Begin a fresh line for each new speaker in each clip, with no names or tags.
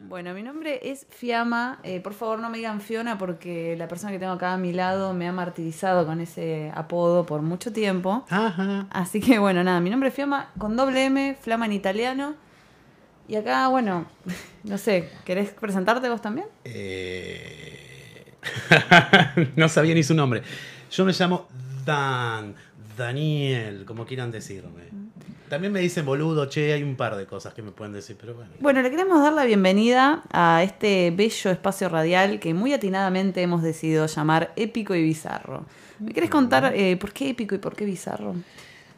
Bueno, mi nombre es Fiamma. Eh, por favor, no me digan Fiona porque la persona que tengo acá a mi lado me ha martirizado con ese apodo por mucho tiempo.
Ajá.
Así que bueno, nada, mi nombre es Fiamma con doble M, flama en italiano. Y acá, bueno, no sé, ¿querés presentarte vos también?
Eh, no sabía ni su nombre. Yo me llamo Dan, Daniel, como quieran decirme. También me dicen boludo, che, hay un par de cosas que me pueden decir, pero bueno.
Bueno, le queremos dar la bienvenida a este bello espacio radial que muy atinadamente hemos decidido llamar Épico y Bizarro. ¿Me querés contar eh, por qué épico y por qué bizarro?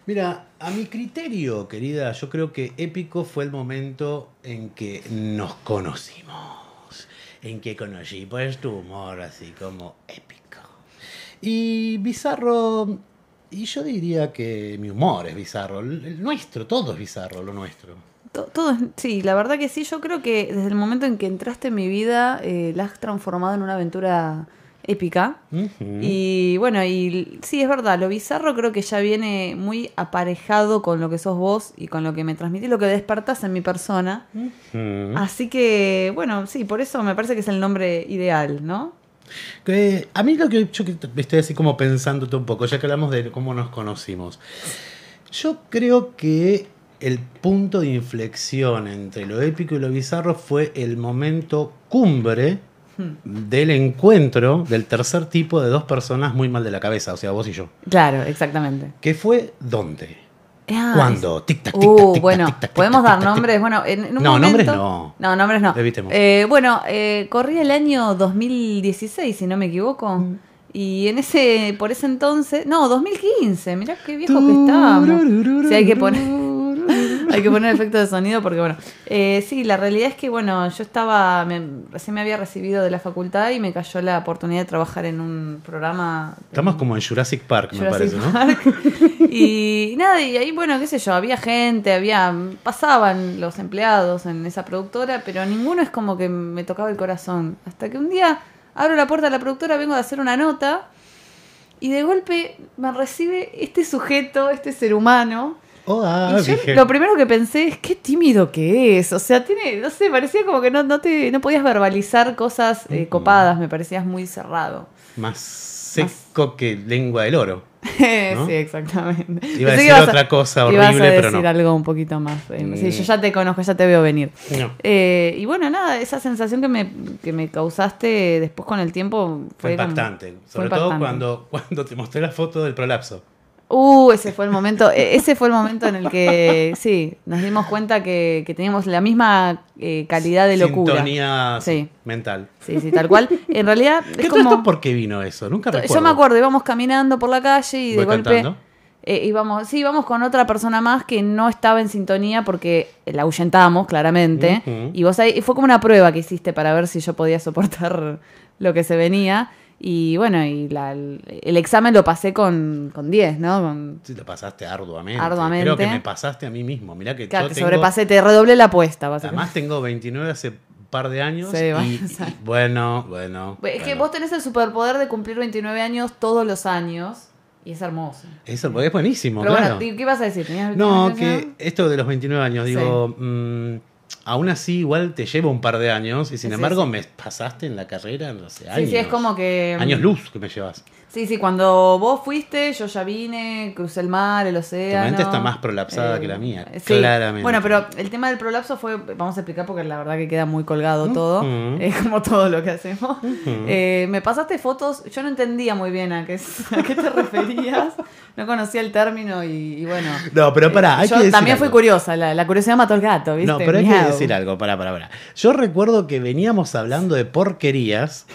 Mira, a mi criterio, querida, yo creo que épico fue el momento en que nos conocimos, en que conocí pues tu humor así como épico. Y bizarro, y yo diría que mi humor es bizarro, el el nuestro, todo es bizarro, lo nuestro.
To- Todo, es- sí, la verdad que sí, yo creo que desde el momento en que entraste en mi vida eh, la has transformado en una aventura épica.
Ujú.
Y bueno, y sí, es verdad, lo bizarro creo que ya viene muy aparejado con lo que sos vos y con lo que me transmitís, lo que despertás en mi persona.
Ujú.
Así que, bueno, sí, por eso me parece que es el nombre ideal, ¿no?
Que a mí lo que yo que estoy así como pensándote un poco, ya que hablamos de cómo nos conocimos. Yo creo que el punto de inflexión entre lo épico y lo bizarro fue el momento cumbre
Hmm.
del encuentro del tercer tipo de dos personas muy mal de la cabeza, o sea, vos y yo.
Claro, exactamente.
¿Qué fue dónde?
Ah,
¿Cuándo? Tic
es-
tac, tic tac,
Uh,
tic, tac,
bueno,
tic, tac,
podemos
tic, tac,
dar
tic, tac.
nombres. Bueno, en, en un
No, nombres
momento-
no.
No, nombres no.
Evitemos.
Eh, bueno, eh, corría el año 2016, si no me equivoco. Y en ese, por ese entonces, no, 2015, mirá qué viejo que estábamos. Sí, hay que poner, hay que poner efecto de sonido porque, bueno, eh, sí, la realidad es que, bueno, yo estaba, me- recién me había recibido de la facultad y me cayó la oportunidad de trabajar en un programa
Estamos como en Jurassic Park, me
Jurassic
parece, ¿no?
Park. Y nada, y ahí, bueno, qué sé yo, había gente, había pasaban los empleados en esa productora, pero ninguno es como que me tocaba el corazón. Hasta que un día abro la puerta de la productora, vengo de hacer una nota, y de golpe me recibe este sujeto, este ser humano.
Oh, ah,
y yo
dije.
lo primero que pensé es qué tímido que es. O sea, tiene, no sé, parecía como que no, no te, no podías verbalizar cosas eh,
Ujú.
copadas, me parecías muy cerrado.
Más seco que lengua del oro. ¿no?
Sí, exactamente. Pensé que
Iba a decir
ibas
otra cosa
ibas
horrible,
a
pero
decir
no.
algo un poquito más. eh,
Mm.
Sí, yo ya te conozco, ya te veo venir.
No.
Eh, y bueno, nada, esa sensación que me, que me causaste después con el tiempo
Fue
fue, como-
impactante.
fue
Sobre todo
impactante.
cuando, cuando te mostré la foto del prolapso.
Uh, ese fue el momento, e- ese fue el momento en el que, sí, nos dimos cuenta que, que teníamos la misma eh, calidad de locura.
Sintonía sí,
Sí.
mental.
Sí, sí, tal cual. En realidad, es
¿Qué todo
como...
esto por qué vino eso? Nunca recuerdo.
Yo me acuerdo, íbamos caminando por la calle y de
Voy
golpe
cantando.
eh, íbamos, sí, íbamos con otra persona más que no estaba en sintonía porque la ahuyentamos claramente.
Ujú.
Y vos ahí, y fue como una prueba que hiciste para ver si yo podía soportar lo que se venía. Y bueno, y la- el examen lo pasé con, con 10, ¿no? Con-
Sí, lo pasaste arduamente.
Arduamente.
Creo que me pasaste a mí mismo. Mirá que
claro,
yo
te
tengo...
sobrepasé, te redoblé la apuesta, básicamente.
Además tengo 29 hace un par de años.
Sí,
y-
vas a
y-
saber.
bueno, bueno.
Eh, es que
bueno.
vos tenés el superpoder de cumplir 29 años todos los años y es hermoso.
Eso es buenísimo,
Pero
claro.
bueno, ¿qué vas a decir? ¿Tenías-
No,
tenías
que esto de los 29 años,
Sí.
digo, mm, aún así igual te llevo un par de años y sin
Sí,
embargo
sí.
me pasaste en la carrera, no sé,
Sí,
años.
sí, es como que... mm,
Años luz que me llevas.
Sí, sí, cuando vos fuiste, yo ya vine, crucé el mar, el océano. Eh,
mente está más prolapsada que la mía, claramente.
Bueno, pero el tema del prolapso fue, vamos a explicar porque la verdad que queda muy colgado todo,
Ujú.
eh, como todo lo que hacemos. Eh, me pasaste fotos, yo no entendía muy bien a qué, a qué te referías, no conocía el término y, y bueno.
No, pero pará, hay
eh, yo
que decir
también fui
algo.
curiosa, la, la curiosidad mató al gato, ¿viste?
No, pero hay que
Miau.
decir algo, pará, pará, pará. Yo recuerdo que veníamos hablando de porquerías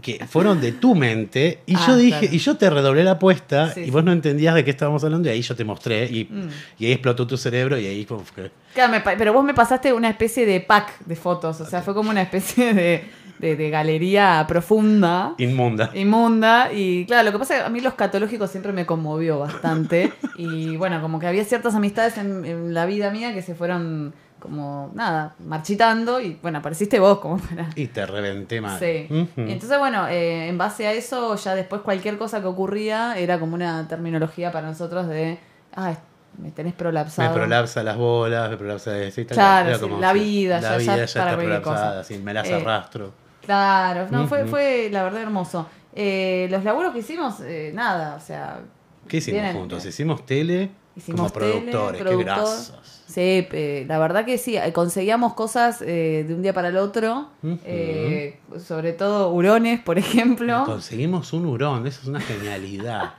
que fueron de tu mente y
Ah,
yo dije,
claro.
y yo te redoblé la apuesta
Sí,
y
sí.
vos no entendías de qué estábamos hablando y ahí yo te mostré y,
Mm.
y ahí explotó tu cerebro y ahí como que-
Claro, me pa- pero vos me pasaste una especie de pack de fotos, o sea, fue como una especie de, de- de galería profunda, Eh.
inmunda.
inmunda, y claro, lo que pasa es que a mí los catológicos siempre me conmovió bastante, y bueno, como que había ciertas amistades en, en la vida mía que se fueron como, nada, marchitando, y bueno, apareciste vos como para...
Y te reventé mal.
Sí.
Ujú.
Entonces, bueno, eh, en base a eso, ya después cualquier cosa que ocurría era como una terminología para nosotros de, ah, me tenés prolapsado.
Me prolapsa las bolas, me prolapsa esto y tal.
Claro,
Era
sí, la
que
vida, ya-
la
ya
vida ya,
para
está
cualquier
prolapsada,
cosa.
así, me las
Eh,
arrastro.
Claro, no, fue,
Ujú.
fue la verdad hermoso. Eh, los laburos que hicimos, eh, nada, o sea,
¿Qué hicimos
tienen-
juntos? Hicimos tele
Hicimos
como productores,
tele,
qué
productor.
grasas.
Sí, eh, la verdad que sí, eh, conseguíamos cosas eh, de un día para el otro,
Ujú.
eh, sobre todo hurones, por ejemplo.
Conseguimos un hurón, eso es una genialidad.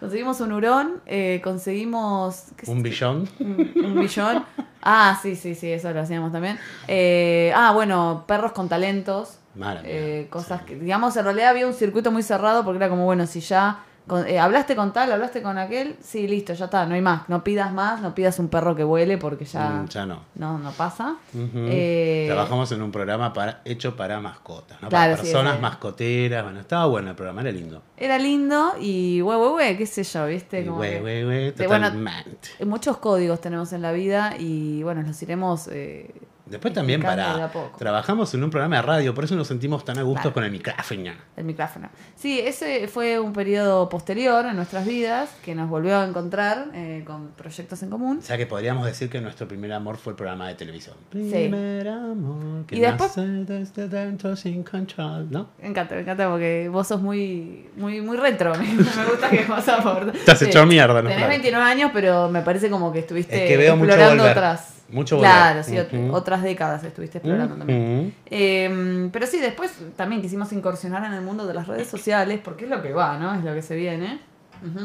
Conseguimos un hurón, eh, conseguimos ¿qué
un billón.
Un, un billón. Ah, sí, sí, sí, eso lo hacíamos también. Eh, ah, bueno, perros con talentos.
Mala
eh,
mía.
cosas
Sí.
que, digamos, en realidad había un circuito muy cerrado porque era como, bueno, si ya con- eh, hablaste con tal, hablaste con aquel, sí, listo, ya está, no hay más. No pidas más, no pidas un perro que vuele porque ya,
Mm, ya Mm. no.
No, no pasa.
Ujú.
Eh,
Trabajamos en un programa para, hecho para mascotas, ¿no?
Claro,
para
sí,
personas
sí.
mascoteras. Bueno, estaba bueno el programa, era lindo.
Era lindo y, güey, güey, güey, qué sé yo, ¿viste?
Y
Como
güey,
que-
güey, güey,
de- bueno,
totalmente.
Muchos códigos tenemos en la vida y, bueno, los iremos... eh,
Después también
explicando de a
para
poco.
trabajamos en un programa de radio, por eso nos sentimos tan a gusto
Claro.
con el micrófono.
El micrófono. Sí, ese fue un periodo posterior en nuestras vidas que nos volvió a encontrar eh, con proyectos en común.
O sea que podríamos decir que nuestro primer amor fue el programa de televisión.
Sí.
Primer amor que
Y después-
nace desde dentro sin control, ¿no?
Me encanta, me encanta porque vos sos muy muy muy retro. Me me gusta que vos aportes.
Te has hecho mierda, ¿no?
Tenés
Claro.
29 años, pero me parece como que estuviste
Es que veo mucho
explorando
volver.
otras.
Mucho volver.
claro, sí, ot-
Ujú.
otras décadas estuviste explorando también.
Ujú.
Eh, pero sí, después también quisimos incursionar en el mundo de las redes sociales, porque es lo que va, ¿no? Es lo que se viene. Ujú,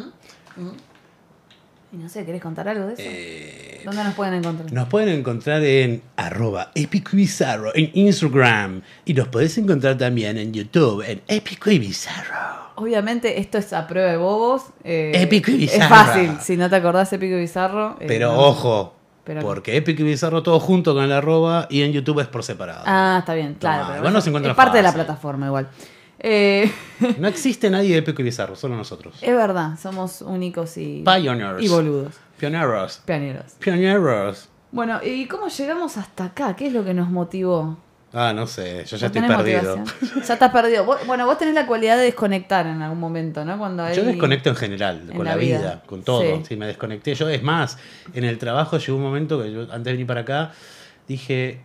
ujú. Y no sé, ¿querés contar algo de eso?
Eh,
¿Dónde nos pueden encontrar?
Nos pueden encontrar en arroba Épico y Bizarro en Instagram. Y nos podés encontrar también en YouTube en Épico y Bizarro.
Obviamente esto es a prueba de bobos. eh,
Épico y
Es
bizarro.
fácil, si no te acordás épico y bizarro. eh,
Pero
no.
ojo,
Pero-
porque Épico y Bizarro todo junto con el arroba y en YouTube es por separado.
Ah, está bien, claro.
Tomá,
pero
igual
bueno,
nos encuentran
es parte de la
fácil.
plataforma igual. Eh,
No existe nadie de Épico y Bizarro, solo nosotros.
es verdad, somos únicos Eh, y,
Pioneers.
y boludos,
Pioneros.
pioneros.
Pioneros.
Bueno, ¿y cómo llegamos hasta acá? ¿Qué es lo que nos motivó?
Ah, no sé, yo
¿No
ya estoy
tenés
perdido.
motivación? Ya estás perdido. Vos- bueno, vos tenés la cualidad de desconectar en algún momento, ¿no? Cuando hay...
Yo desconecto en general,
En
con
la
la vida,
vida.
con todo.
Sí.
Sí. me desconecté. Yo, es más, en el trabajo llegó un momento que yo, antes de venir para acá, dije,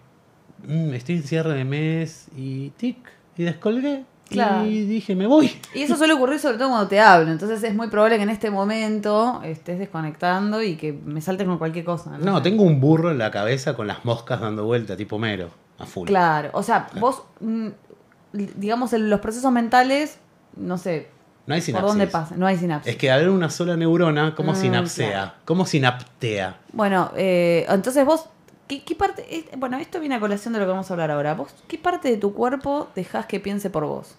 "Mm, estoy en cierre de mes y tic, y descolgué.
Claro.
Y dije, me voy.
Y eso suele ocurrir sobre todo cuando te hablo, entonces es muy probable que en este momento estés desconectando y que me saltes con cualquier cosa.
No,
sé.
tengo un burro en la cabeza con las moscas dando vuelta, tipo mero, a full.
Claro, o sea, vos, mm, digamos, en los procesos mentales, no sé,
No hay
¿por
sinapsis.
dónde pasa? No hay sinapsis.
Es que haber una sola neurona, ¿cómo
Ah,
sinapsea?
claro.
¿Cómo sinaptea?
Bueno, eh, entonces vos, ¿qué, qué parte, eh, bueno, esto viene a colación de lo que vamos a hablar ahora, vos, ¿qué parte de tu cuerpo dejás que piense por vos?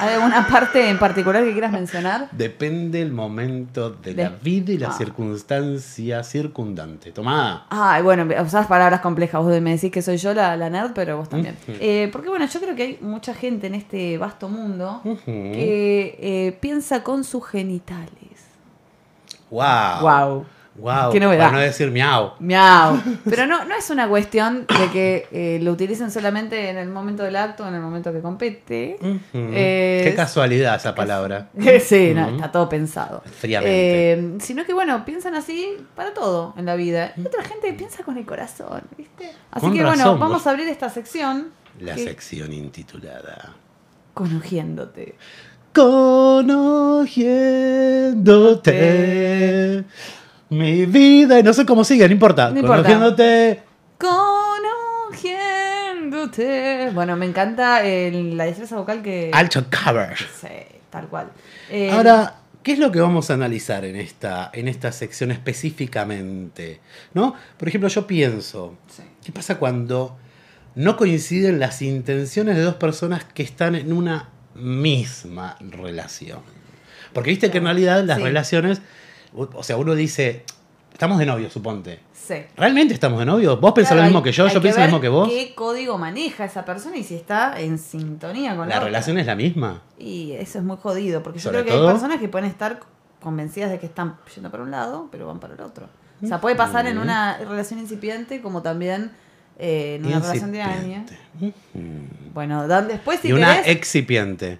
¿Hay alguna parte en particular que quieras mencionar?
Depende el momento de, la
De-
vida y la
Ah.
circunstancia circundante. Tomá.
Ay, bueno, usás palabras complejas. Vos me decís que soy yo la, la nerd, pero vos también.
Ujú.
Eh, porque bueno, yo creo que hay mucha gente en este vasto mundo
Ujú.
que eh, piensa con sus genitales.
Wow.
Wow.
Wow.
Qué novedad.
Para no decir miau.
Miau. Pero no, no es una cuestión de que eh, lo utilicen solamente en el momento del acto, en el momento que compete.
Ujú.
Eh,
Qué casualidad esa palabra.
Sí, no,
Ujú.
está todo pensado.
Fríamente.
Eh, sino que bueno, piensan así para todo en la vida. Y otra gente piensa con el corazón, ¿viste? Así
Con
que bueno,
razón,
vamos
vos.
a abrir esta sección.
La
que-
sección intitulada.
Conojiéndote.
Conociéndote. Mi vida. Y no sé cómo sigue, no importa.
No importa.
Conociéndote.
Conojiéndote. Bueno, me encanta el- la destreza vocal que.
Alto cover.
Sí, tal cual. Eh,
Ahora, ¿qué es lo que vamos a analizar en esta, en esta sección específicamente? ¿No? Por ejemplo, yo pienso,
sí.
¿qué pasa cuando no coinciden las intenciones de dos personas que están en una misma relación? Porque viste que en realidad las
Sí.
relaciones, o o sea, uno dice, estamos de novios, suponte.
sí.
¿Realmente estamos de novios? ¿Vos pensás
Claro,
lo mismo
hay-
que yo?
hay
¿Yo pienso lo
ver
mismo que vos?
¿Qué código maneja esa persona y si está en sintonía con la,
¿La
otra.
relación es la misma?
Y eso es muy jodido, porque yo
Sobre
creo que hay
todo-
personas que pueden estar convencidas de que están yendo para un lado, pero van para el otro. O sea, puede pasar en
Ujú.
una relación incipiente como también eh, en una relación de años.
Incipiente. Ujú.
Bueno, dan después si
Y una
querés-
excipiente.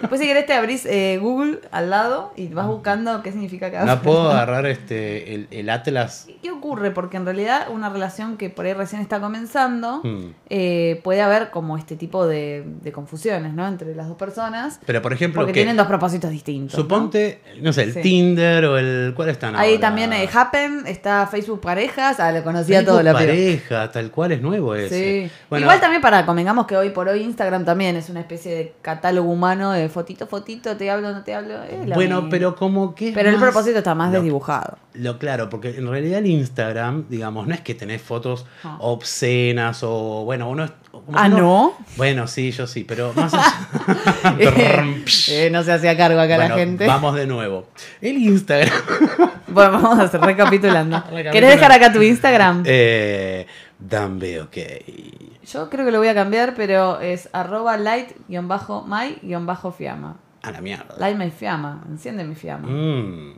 Después si querés te abrís eh, Google al lado y vas buscando qué significa cada
No
cosa.
puedo agarrar este el, el Atlas.
¿Qué ocurre? Porque en realidad una relación que por ahí recién está comenzando
Mm.
eh, puede haber como este tipo de, de confusiones, ¿no? Entre las dos personas.
Pero por ejemplo,
Porque
¿qué?
tienen dos propósitos distintos. ¿no?
Suponte, no sé, el
Sí.
Tinder o el. ¿Cuál están
Ahí
ahora?
también eh, Happen, está Facebook Parejas, ah, lo conocía
Facebook
todo la piba.
pareja, tal cual es nuevo ese.
Sí.
Bueno,
Igual también para, convengamos que hoy por hoy Instagram también es una especie de catálogo humano de fotito, fotito, te hablo, no te hablo. es la
bueno,
misma.
pero como que. es
Pero el
más-
propósito está más
Lo-
desdibujado.
Lo claro, porque en realidad el Instagram, digamos, no es que tenés fotos
No.
obscenas o. Bueno, uno es. como
Ah,
que uno-
¿no?
Bueno, sí, yo sí, pero más allá.
Eh, no se hacía cargo acá
Ah, Bueno,
la gente.
Vamos de nuevo. El Instagram.
Bueno, vamos a hacer recapitulando.
Recapitulando.
¿Querés dejar acá tu Instagram?
Eh, Dambe, ok.
Yo creo que lo voy a cambiar, pero es arroba light-my-fiamma.
A la mierda.
Light my fiamma. Enciende mi fiamma.
Mm,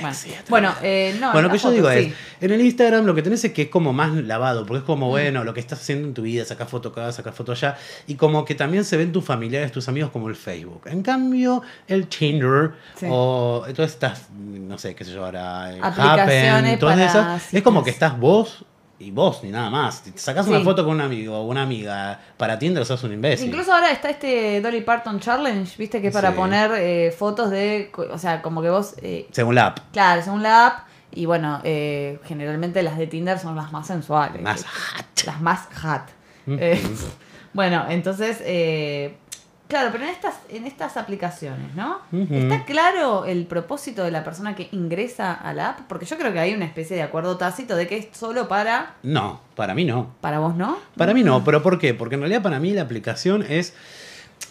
Bueno,
sexy, atrevida.
Bueno, eh, no. la
Bueno, lo que yo
foto,
digo
sí.
es, en el Instagram lo que tenés es que es como más lavado, porque es
Mm.
como, bueno, lo que estás haciendo en tu vida, sacás foto acá, sacás foto allá, y como que también se ven tus familiares, tus amigos como el Facebook. En cambio, el Tinder
Sí.
o todas estas, no sé, qué sé yo ahora, eh,
Aplicaciones
Happn, todas
para
esas, es
citas.
como que estás vos y vos, ni nada más. Si te sacás una
Sí.
foto con un amigo o una amiga para Tinder, sos un imbécil.
Incluso ahora está este Dolly Parton Challenge, viste que es para
Sí.
poner eh, fotos de, co- o sea, como que vos, eh,
Según la app.
claro, según la app, y bueno, eh, generalmente las de Tinder son las más sensuales.
Más
eh,
hot. Mm.
Las más hot. Eh, bueno, entonces, eh, claro, pero en estas, en estas aplicaciones, ¿no?
Ujú.
¿Está claro el propósito de la persona que ingresa a la app? Porque yo creo que hay una especie de acuerdo tácito de que es solo para,
No, para mí no.
para vos, ¿no?
Para mí
Ah.
no, pero ¿por qué? Porque en realidad para mí la aplicación es,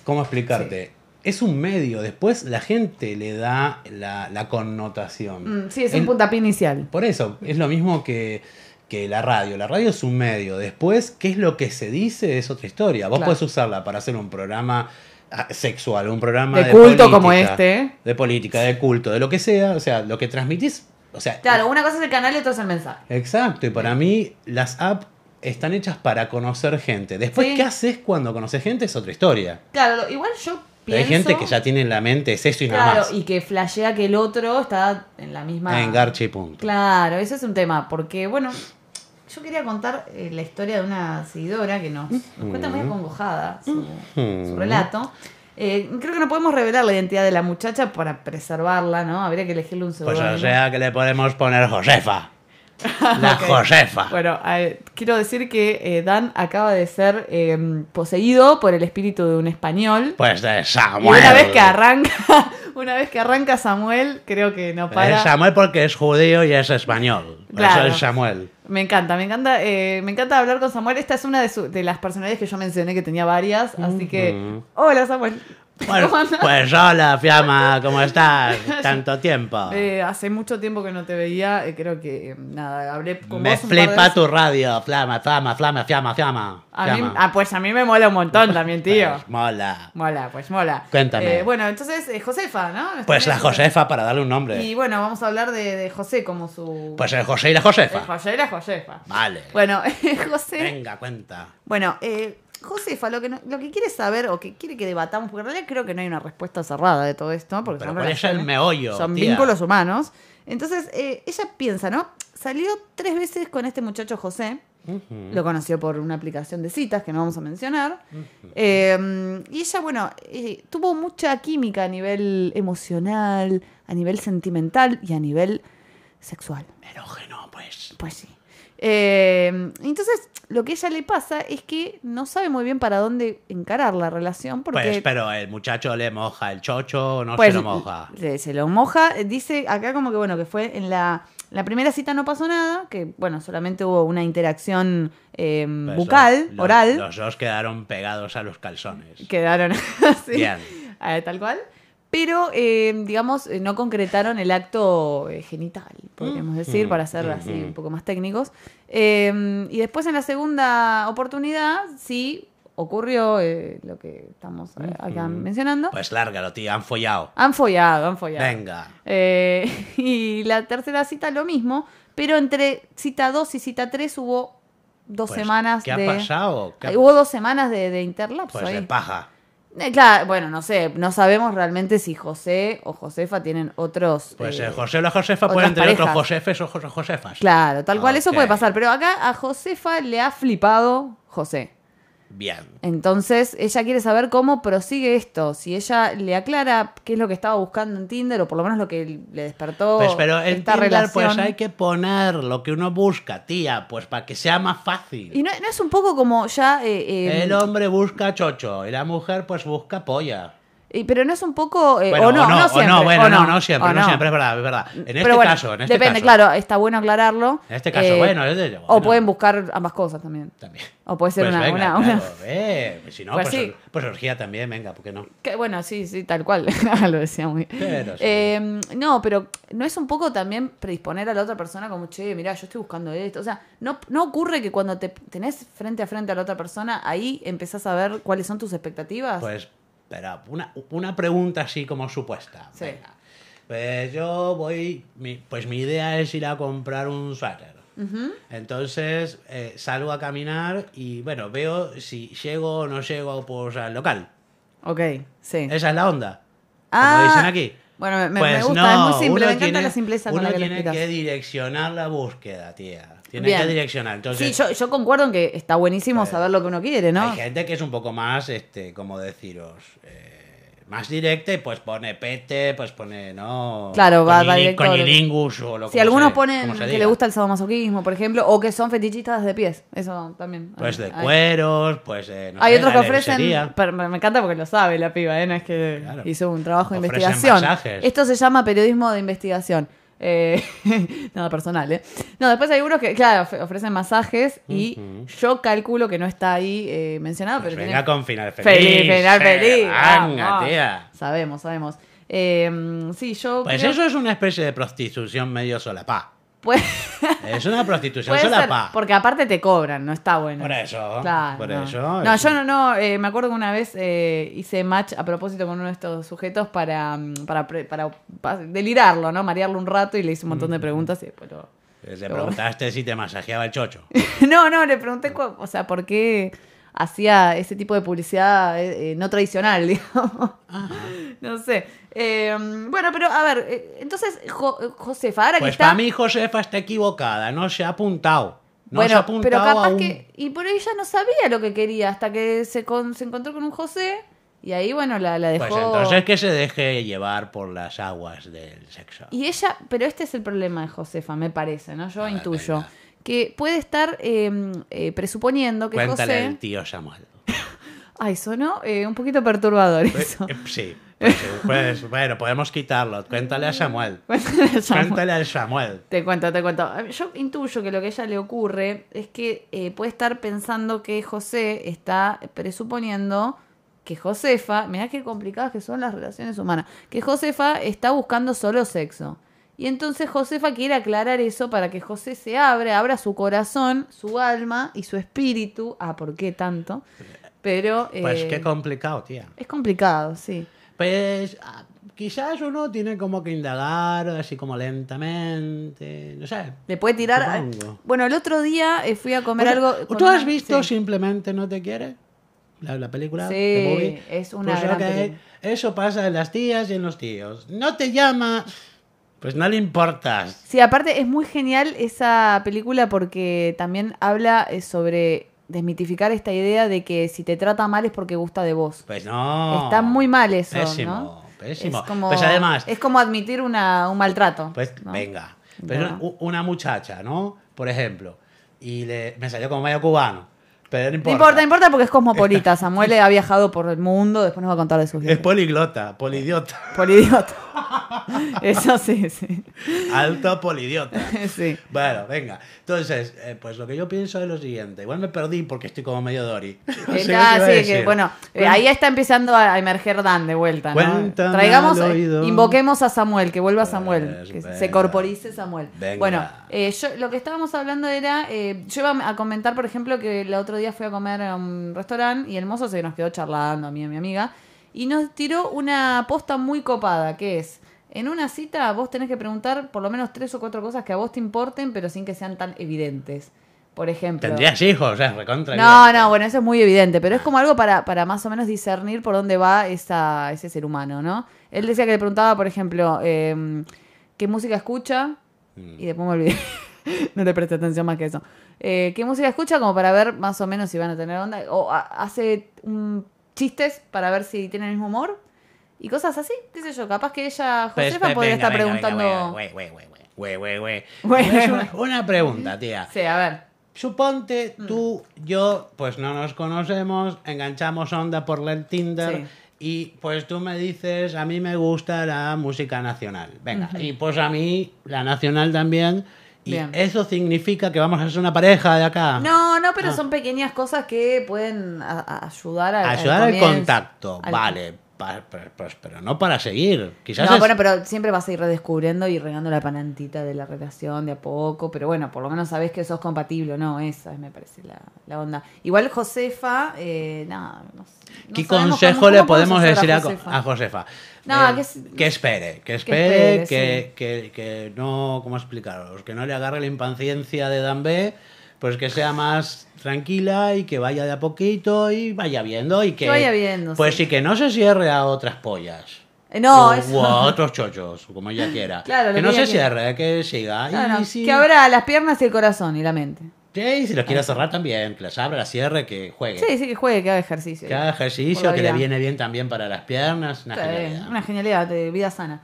¿cómo explicarte? Es un medio, después la gente le da la, la connotación.
Mm, sí, es un
El-
puntapié inicial.
Por eso, es lo mismo que, que la radio. La radio es un medio, después qué es lo que se dice es otra historia. Vos
Claro.
podés usarla para hacer un programa ah, sexual, un programa
De
de,
culto como
política,
este.
De política, de culto, de lo que sea, o sea, lo que transmitís, o sea,
Claro, una cosa es el canal y otra es el mensaje.
Exacto, y para mí las apps están hechas para conocer gente. Después,
Sí.
¿qué haces cuando conoces gente? Es otra historia.
Claro, igual yo
Pero
pienso...
hay gente que ya tiene en la mente, es eso y nada
Claro,
más.
y que flashea que el otro está en la misma...
Engarche y punto.
Claro, eso es un tema, porque bueno, yo quería contar eh, la historia de una seguidora que nos, nos cuenta muy acongojada su, su relato. Eh, creo que no podemos revelar la identidad de la muchacha para preservarla, ¿no? Habría que elegirle un
Pues
seudónimo.
o sea que le podemos poner Josefa. La Josefa.
Bueno, eh, quiero decir que eh, Dan acaba de ser eh, poseído por el espíritu de un español.
Pues de
Y
Samuel.
una vez que arranca, una vez que arranca Samuel, creo que no
Es
para.
Eh, Samuel porque es judío y es español. Por
Claro.
Eso es Samuel.
Me encanta, me encanta, eh, me encanta hablar con Samuel. Esta es una de, su- de las personalidades que yo mencioné que tenía varias, así que.
Ujú.
Hola Samuel.
Bueno,
¿Cómo andás?
pues hola, Fiamma, ¿cómo estás? Tanto tiempo.
Eh, hace mucho tiempo que no te veía, eh, creo que eh, nada, hablé con
Me
vos un par de
flipa
veces.
tu radio, flama, flama, flama, fiamma, fiamma.
A mí,
fiamma.
ah, pues a mí me mola un montón también, tío.
Pues, mola.
Mola, pues mola.
Cuéntame.
Eh, bueno, entonces, eh, Josefa, ¿no?
Pues la
Josefa.
Josefa, para darle un
Y
nombre.
bueno, vamos a hablar de, de José como su.
Pues el José y la
Eh,
Josefa.
José era Josefa. Pues
Vale.
Bueno, José.
Venga, cuenta.
Bueno, eh, Josefa, lo que, no- lo que quiere saber o que quiere que debatamos, porque en realidad creo que no hay una respuesta cerrada de todo esto, porque
Pero
son,
¿cuál es el
relaciones,
meollo?
son
tía?
vínculos humanos. Entonces, eh, ella piensa, ¿no? Salió tres veces con este muchacho José,
Ujú.
lo conoció por una aplicación de citas que no vamos a mencionar,
Mm.
Eh, y ella, bueno, eh, tuvo mucha química a nivel emocional, a nivel sentimental y a nivel sexual.
Erógeno, pues.
Pues sí. Eh, entonces, lo que a ella le pasa es que no sabe muy bien para dónde encarar la relación
Pues,
porque...
pero el muchacho le moja el chocho, no
pues,
se lo moja.
le- se lo moja. Dice acá como que, bueno, que fue en la, la primera cita no pasó nada, que, bueno, solamente hubo una interacción eh,
Pues
bucal,
los- los-
oral.
Los dos quedaron pegados a los calzones.
Quedaron así.
Bien.
eh, tal cual. Pero, eh, digamos, eh, no concretaron el acto eh, genital, podríamos
Mm.
decir, para ser así
ujú.
un poco más técnicos. Eh, y después en la segunda oportunidad, sí, ocurrió eh, lo que estamos eh, acá mencionando.
Pues lárgalo, tía, han follado.
Han follado, han follado.
Venga.
Eh, y la tercera cita lo mismo, pero entre cita 2 y cita 3 hubo dos
Pues,
semanas
¿Qué ha
de...
pasado? ¿Qué ha-
Hubo dos semanas de, de interlapso
Pues de
ahí.
paja.
Eh, Claro, bueno, no sé, no sabemos realmente si José o Josefa tienen otros.
Puede
eh,
ser Pues José o la Josefa,
otras
pueden tener otros
parejas.
Josefes o Jo- Josefas.
Claro, tal cual eso
Ah, Ok.
puede pasar, pero acá a Josefa le ha flipado José.
Bien.
Entonces ella quiere saber cómo prosigue esto, si ella le aclara qué es lo que estaba buscando en Tinder o por lo menos lo que le despertó
Pues, pero el
esta
Tinder,
relación.
pues hay que poner lo que uno busca, tía, pues para que sea más fácil.
Y no, no es un poco como ya... eh, eh,
El hombre busca chocho y la mujer pues busca polla.
y- pero no es un poco... eh,
Bueno,
o no, no, siempre.
o no, bueno,
o
no, no siempre,
o
no siempre, es verdad, es verdad. En este
Pero bueno,
caso, en este
depende,
caso.
claro, está bueno aclararlo. Eh,
En este caso, bueno, es de-
O
bueno.
pueden buscar ambas cosas también.
También.
O puede ser
Pues
una...
venga,
una-
claro,
una-
eh, si no,
Pues
pues,
sí.
or- pues orgía también, venga, ¿por qué no?
Que, bueno, sí, sí, tal cual. lo decía muy bien.
Pero sí.
Eh, no, pero no es un poco también predisponer a la otra persona como, che, mirá, yo estoy buscando esto. O sea, no, no ocurre que cuando te tenés frente a frente a la otra persona, ahí empezás a ver cuáles son tus expectativas.
Pues, pero una, una pregunta así como supuesta.
Sí.
venga. Pues yo voy, mi- pues mi idea es ir a comprar un suéter. Entonces eh, salgo a caminar y bueno, veo si llego o no llego pues, al local.
ok, sí.
Esa es la onda.
Ah,
como dicen aquí.
Bueno, me- me,
Pues
me gusta,
no,
es muy simple,
uno
me encanta
tiene-
la simpleza con
uno
la que lo
tiene que
explicas.
direccionar la búsqueda, tía. Tiene
Bien.
que direccionar. Entonces,
Sí, yo, yo concuerdo en que está buenísimo
Pues,
saber lo que uno quiere, ¿no?
Hay gente que es un poco más, este, como deciros, eh, más directa y pues pone pete, pues pone, ¿no?
Claro, va- va
conili-
directo a lo que-
conilingus o lo
Si
como
algunos
se- como
ponen
se
que
diga.
le gusta el sadomasoquismo, por ejemplo, o que son fetichistas de pies, eso también.
Pues de
Hay-
cueros, pues eh, no
Hay
sé,
otros que
la
ofrecen,
lencería.
pero me me encanta porque lo sabe la piba, ¿eh? no es que
Claro.
hizo un trabajo de
Ofrecen
investigación.
masajes.
Esto se llama periodismo de investigación. Eh, nada personal, ¿eh? No, después hay unos que, claro, of- ofrecen masajes y yo calculo que no está ahí eh, mencionado,
Pues
pero
venga
tiene-
con final feliz.
feliz, final
eh,
feliz. Ah,
Venga,
vamos.
tía.
Sabemos, sabemos. Eh, sí, yo
Pues
creo-
eso es una especie de prostitución medio solapá.
puede,
Es una prostitución
puede ser,
solapá.
porque aparte te cobran, no está bueno.
Por eso,
Claro,
por
no.
eso,
No,
es-
yo no, no. eh, me acuerdo que una vez eh, hice match a propósito con uno de estos sujetos para, mm, para, pre- para, pa- delirarlo, ¿no? Marearlo un rato y le hice un montón de preguntas y después lo-
Le preguntaste si te masajeaba el chocho.
No, no, le pregunté, cua- o sea, por qué hacía ese tipo de publicidad eh, eh, no tradicional, digamos. No sé. Eh, bueno, pero a ver, eh, entonces, Jo- Josefa, ahora que
Pues
está...
para mí Josefa está equivocada, no se ha apuntado. No se ha
bueno,
apuntado
pero
a
capaz
un...
que. Y por ella no sabía lo que quería hasta que se, con- se encontró con un José y ahí, bueno, la, la dejó.
Pues entonces que se deje llevar por las aguas del sexo.
Y ella, pero este es el problema de Josefa, me parece, ¿no? Yo
A ver,
intuyo.
venga.
Que puede estar eh, eh, presuponiendo que
Cuéntale
José.
al tío Samuel.
Ay, sonó eh, un poquito perturbador
Pues,
eso.
eh, Sí, pues, eh, pues, bueno, podemos quitarlo. Cuéntale a Samuel. Cuéntale al Samuel.
Te cuento, te cuento. Yo intuyo que lo que a ella le ocurre es que eh, puede estar pensando que José está presuponiendo que Josefa, mirá qué complicadas que son las relaciones humanas, que Josefa está buscando solo sexo. Y entonces Josefa quiere aclarar eso para que José se abra, abra su corazón, su alma y su espíritu. Ah, ¿por qué tanto? Pero
Pues
eh,
qué complicado, tía.
es complicado, sí.
Pues ah, quizás uno tiene como que indagar así como lentamente, no sé.
Le puede tirar...
Supongo.
Bueno, el otro día eh, fui a comer
Bueno,
algo... con
¿Tú has
una-
visto
sí.
Simplemente no te quiere? La, la película.
Sí,
de Bobby.
es una gran
ok,
película.
Pues Eso pasa en las tías y en los tíos. No te llama. Pues no le importas.
Sí, aparte es muy genial esa película porque también habla eh, sobre desmitificar esta idea de que si te trata mal es porque gusta de vos.
Pues no.
Está muy mal eso,
Pésimo,
¿no?
pésimo.
Es como,
Pues además,
Es como admitir una, un maltrato.
pues
¿no?
venga. Pues
No.
una, una muchacha, ¿no? Por ejemplo. Y le, me salió como medio cubano. Pero no
No
importa.
importa, no importa porque es cosmopolita. Samuel ha viajado por el mundo, después nos va a contar de sus
Es
viajes.
poliglota, polidiota.
Polidiota. Eso sí, sí.
Alto polidiota.
sí.
Bueno, venga. Entonces, eh, pues lo que yo pienso es lo siguiente. Igual me perdí porque estoy como medio Dory. No sé
Eh,
qué te
nada,
iba a
sí,
decir. Pues
que, bueno, eh, ahí está empezando a a emerger Dan de vuelta. ¿no?
Cuéntame
Traigamos,
al
eh,
oído.
invoquemos a Samuel, que vuelva Samuel,
Pues,
que se
venga.
corporice Samuel.
Venga.
Bueno, eh, yo, lo que estábamos hablando era, eh, yo iba a comentar, por ejemplo, que el otro día fui a comer a un restaurante y el mozo se nos quedó charlando a mí y a mi amiga y nos tiró una posta muy copada, que es... En una cita vos tenés que preguntar por lo menos tres o cuatro cosas que a vos te importen, pero sin que sean tan evidentes. por ejemplo.
Tendrías hijos, ya, recontra.
No, no, bueno, eso es muy evidente, pero es como algo para, para más o menos discernir por dónde va esa, ese ser humano, ¿no? Él decía que le preguntaba, por ejemplo, eh, ¿qué música escucha?
Mm.
Y después me olvidé. no le presté atención más que eso. Eh, ¿Qué música escucha? Como para ver más o menos si van a tener onda. O a- hace mm, chistes para ver si tienen el mismo humor. Y cosas así, qué sé yo. Capaz que ella,
Pues,
Josefa,
pues,
podría
venga,
estar
venga,
preguntando...
venga, güey, güey, güey, güey, güey, güey, güey.
Güey,
Te voy a hacer
güey.
Una una pregunta, tía.
Sí, a ver.
Suponte
Mm.
tú, yo, pues no nos conocemos, enganchamos onda por el Tinder.
Sí.
Y pues tú me dices, a mí me gusta la música nacional. Venga, y pues a mí la nacional también. Y
Bien.
eso significa que vamos a ser una pareja de acá.
No, no, pero
Ah.
son pequeñas cosas que pueden a- a- ayudar a,
Ayudar al
comienzo.
contacto,
Al-
vale. pa- pa- pues, pero no para seguir. Quizás
No,
es-
bueno, pero siempre vas a ir redescubriendo y regando la panantita de la relación de a poco. Pero bueno, por lo menos sabes que sos compatible o no. Esa es, me parece la, la onda. Igual Josefa, eh, nada. No, no
¿Qué
sabemos
consejo
cómo-
le
cómo
podemos
procesar
decir a Co- a Josefa?
Josefa. No, que es-
espere, que espere, que,
espere,
que- que no, ¿cómo explicaros? Que no le agarre la impaciencia de Dan B, pues que sea más tranquila y que vaya de a poquito y vaya viendo y que...
Que vaya viendo,
Pues
sí.
sí, que no se cierre a otras pollas.
Eh, no,
o,
eso-
o a otros chochos, como ella quiera.
Claro, lo que
que no
ella
se
quiera.
cierre, que siga.
No,
y
no,
si-
Que Ah. abra las piernas y el corazón y la mente.
Sí, y si lo quiere cerrar también, que las abra, las cierre, que juegue.
Sí, sí, que juegue, que haga ejercicio.
Que haga ejercicio,
Por la
que le
vida.
viene bien también para las piernas. Una
Sí,
genialidad.
una genialidad de vida sana.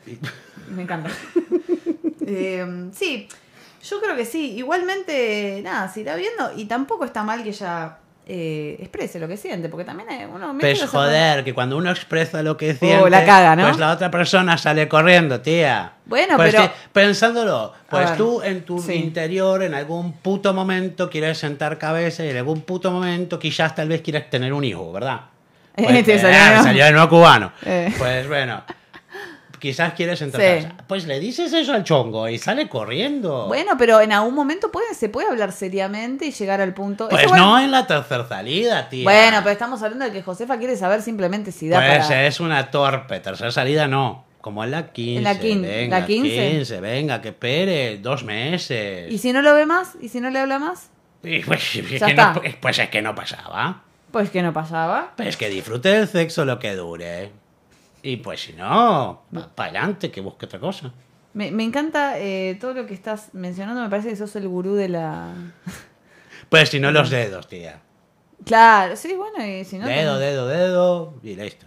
Me encanta. Eh, sí, yo creo que sí. Igualmente, nada, se irá viendo. Y tampoco está mal que ella eh, exprese lo que siente, porque también eh, uno... mira
Pues
que se-
joder, que cuando uno expresa lo que siente,
la caga, ¿no?
pues la otra persona sale corriendo, tía.
Bueno,
Pues
pero-
sí, pensándolo, pues
ver,
tú en tu
sí.
interior, en algún puto momento quieres sentar cabeza y en algún puto momento quizás tal vez quieras tener un hijo, ¿verdad?
Eh,
Pues,
te
eh,
salió,
ah,
¿no?
salió de nuevo cubano.
Eh.
Pues bueno, quizás quieres sentar
Sí.
cabeza. Pues le dices eso al chongo y sale corriendo.
Bueno, pero en algún momento puede, se puede hablar seriamente y llegar al punto...
pues
Eso, bueno,
no en la tercera salida, tía.
Bueno, pero estamos hablando de que Josefa quiere saber simplemente si da
Pues
para...
es una torpe, tercera salida no. Como en la 15.
En la quin-
venga,
la 15.
venga, que espere, dos meses.
¿Y si no lo ve más? ¿Y si no le habla más?
Y pues, es
Ya
que no-
está.
pues- pues es que no pasaba.
Pues que no pasaba.
Pues que disfrute del sexo lo que dure. Y pues si no, para adelante, que busque otra cosa.
Me, me encanta eh, todo lo que estás mencionando. Me parece que sos el gurú de la...
Pues si no, los dedos, tía.
Claro, sí, bueno, y si no.
dedo,
también-
dedo, dedo, y listo.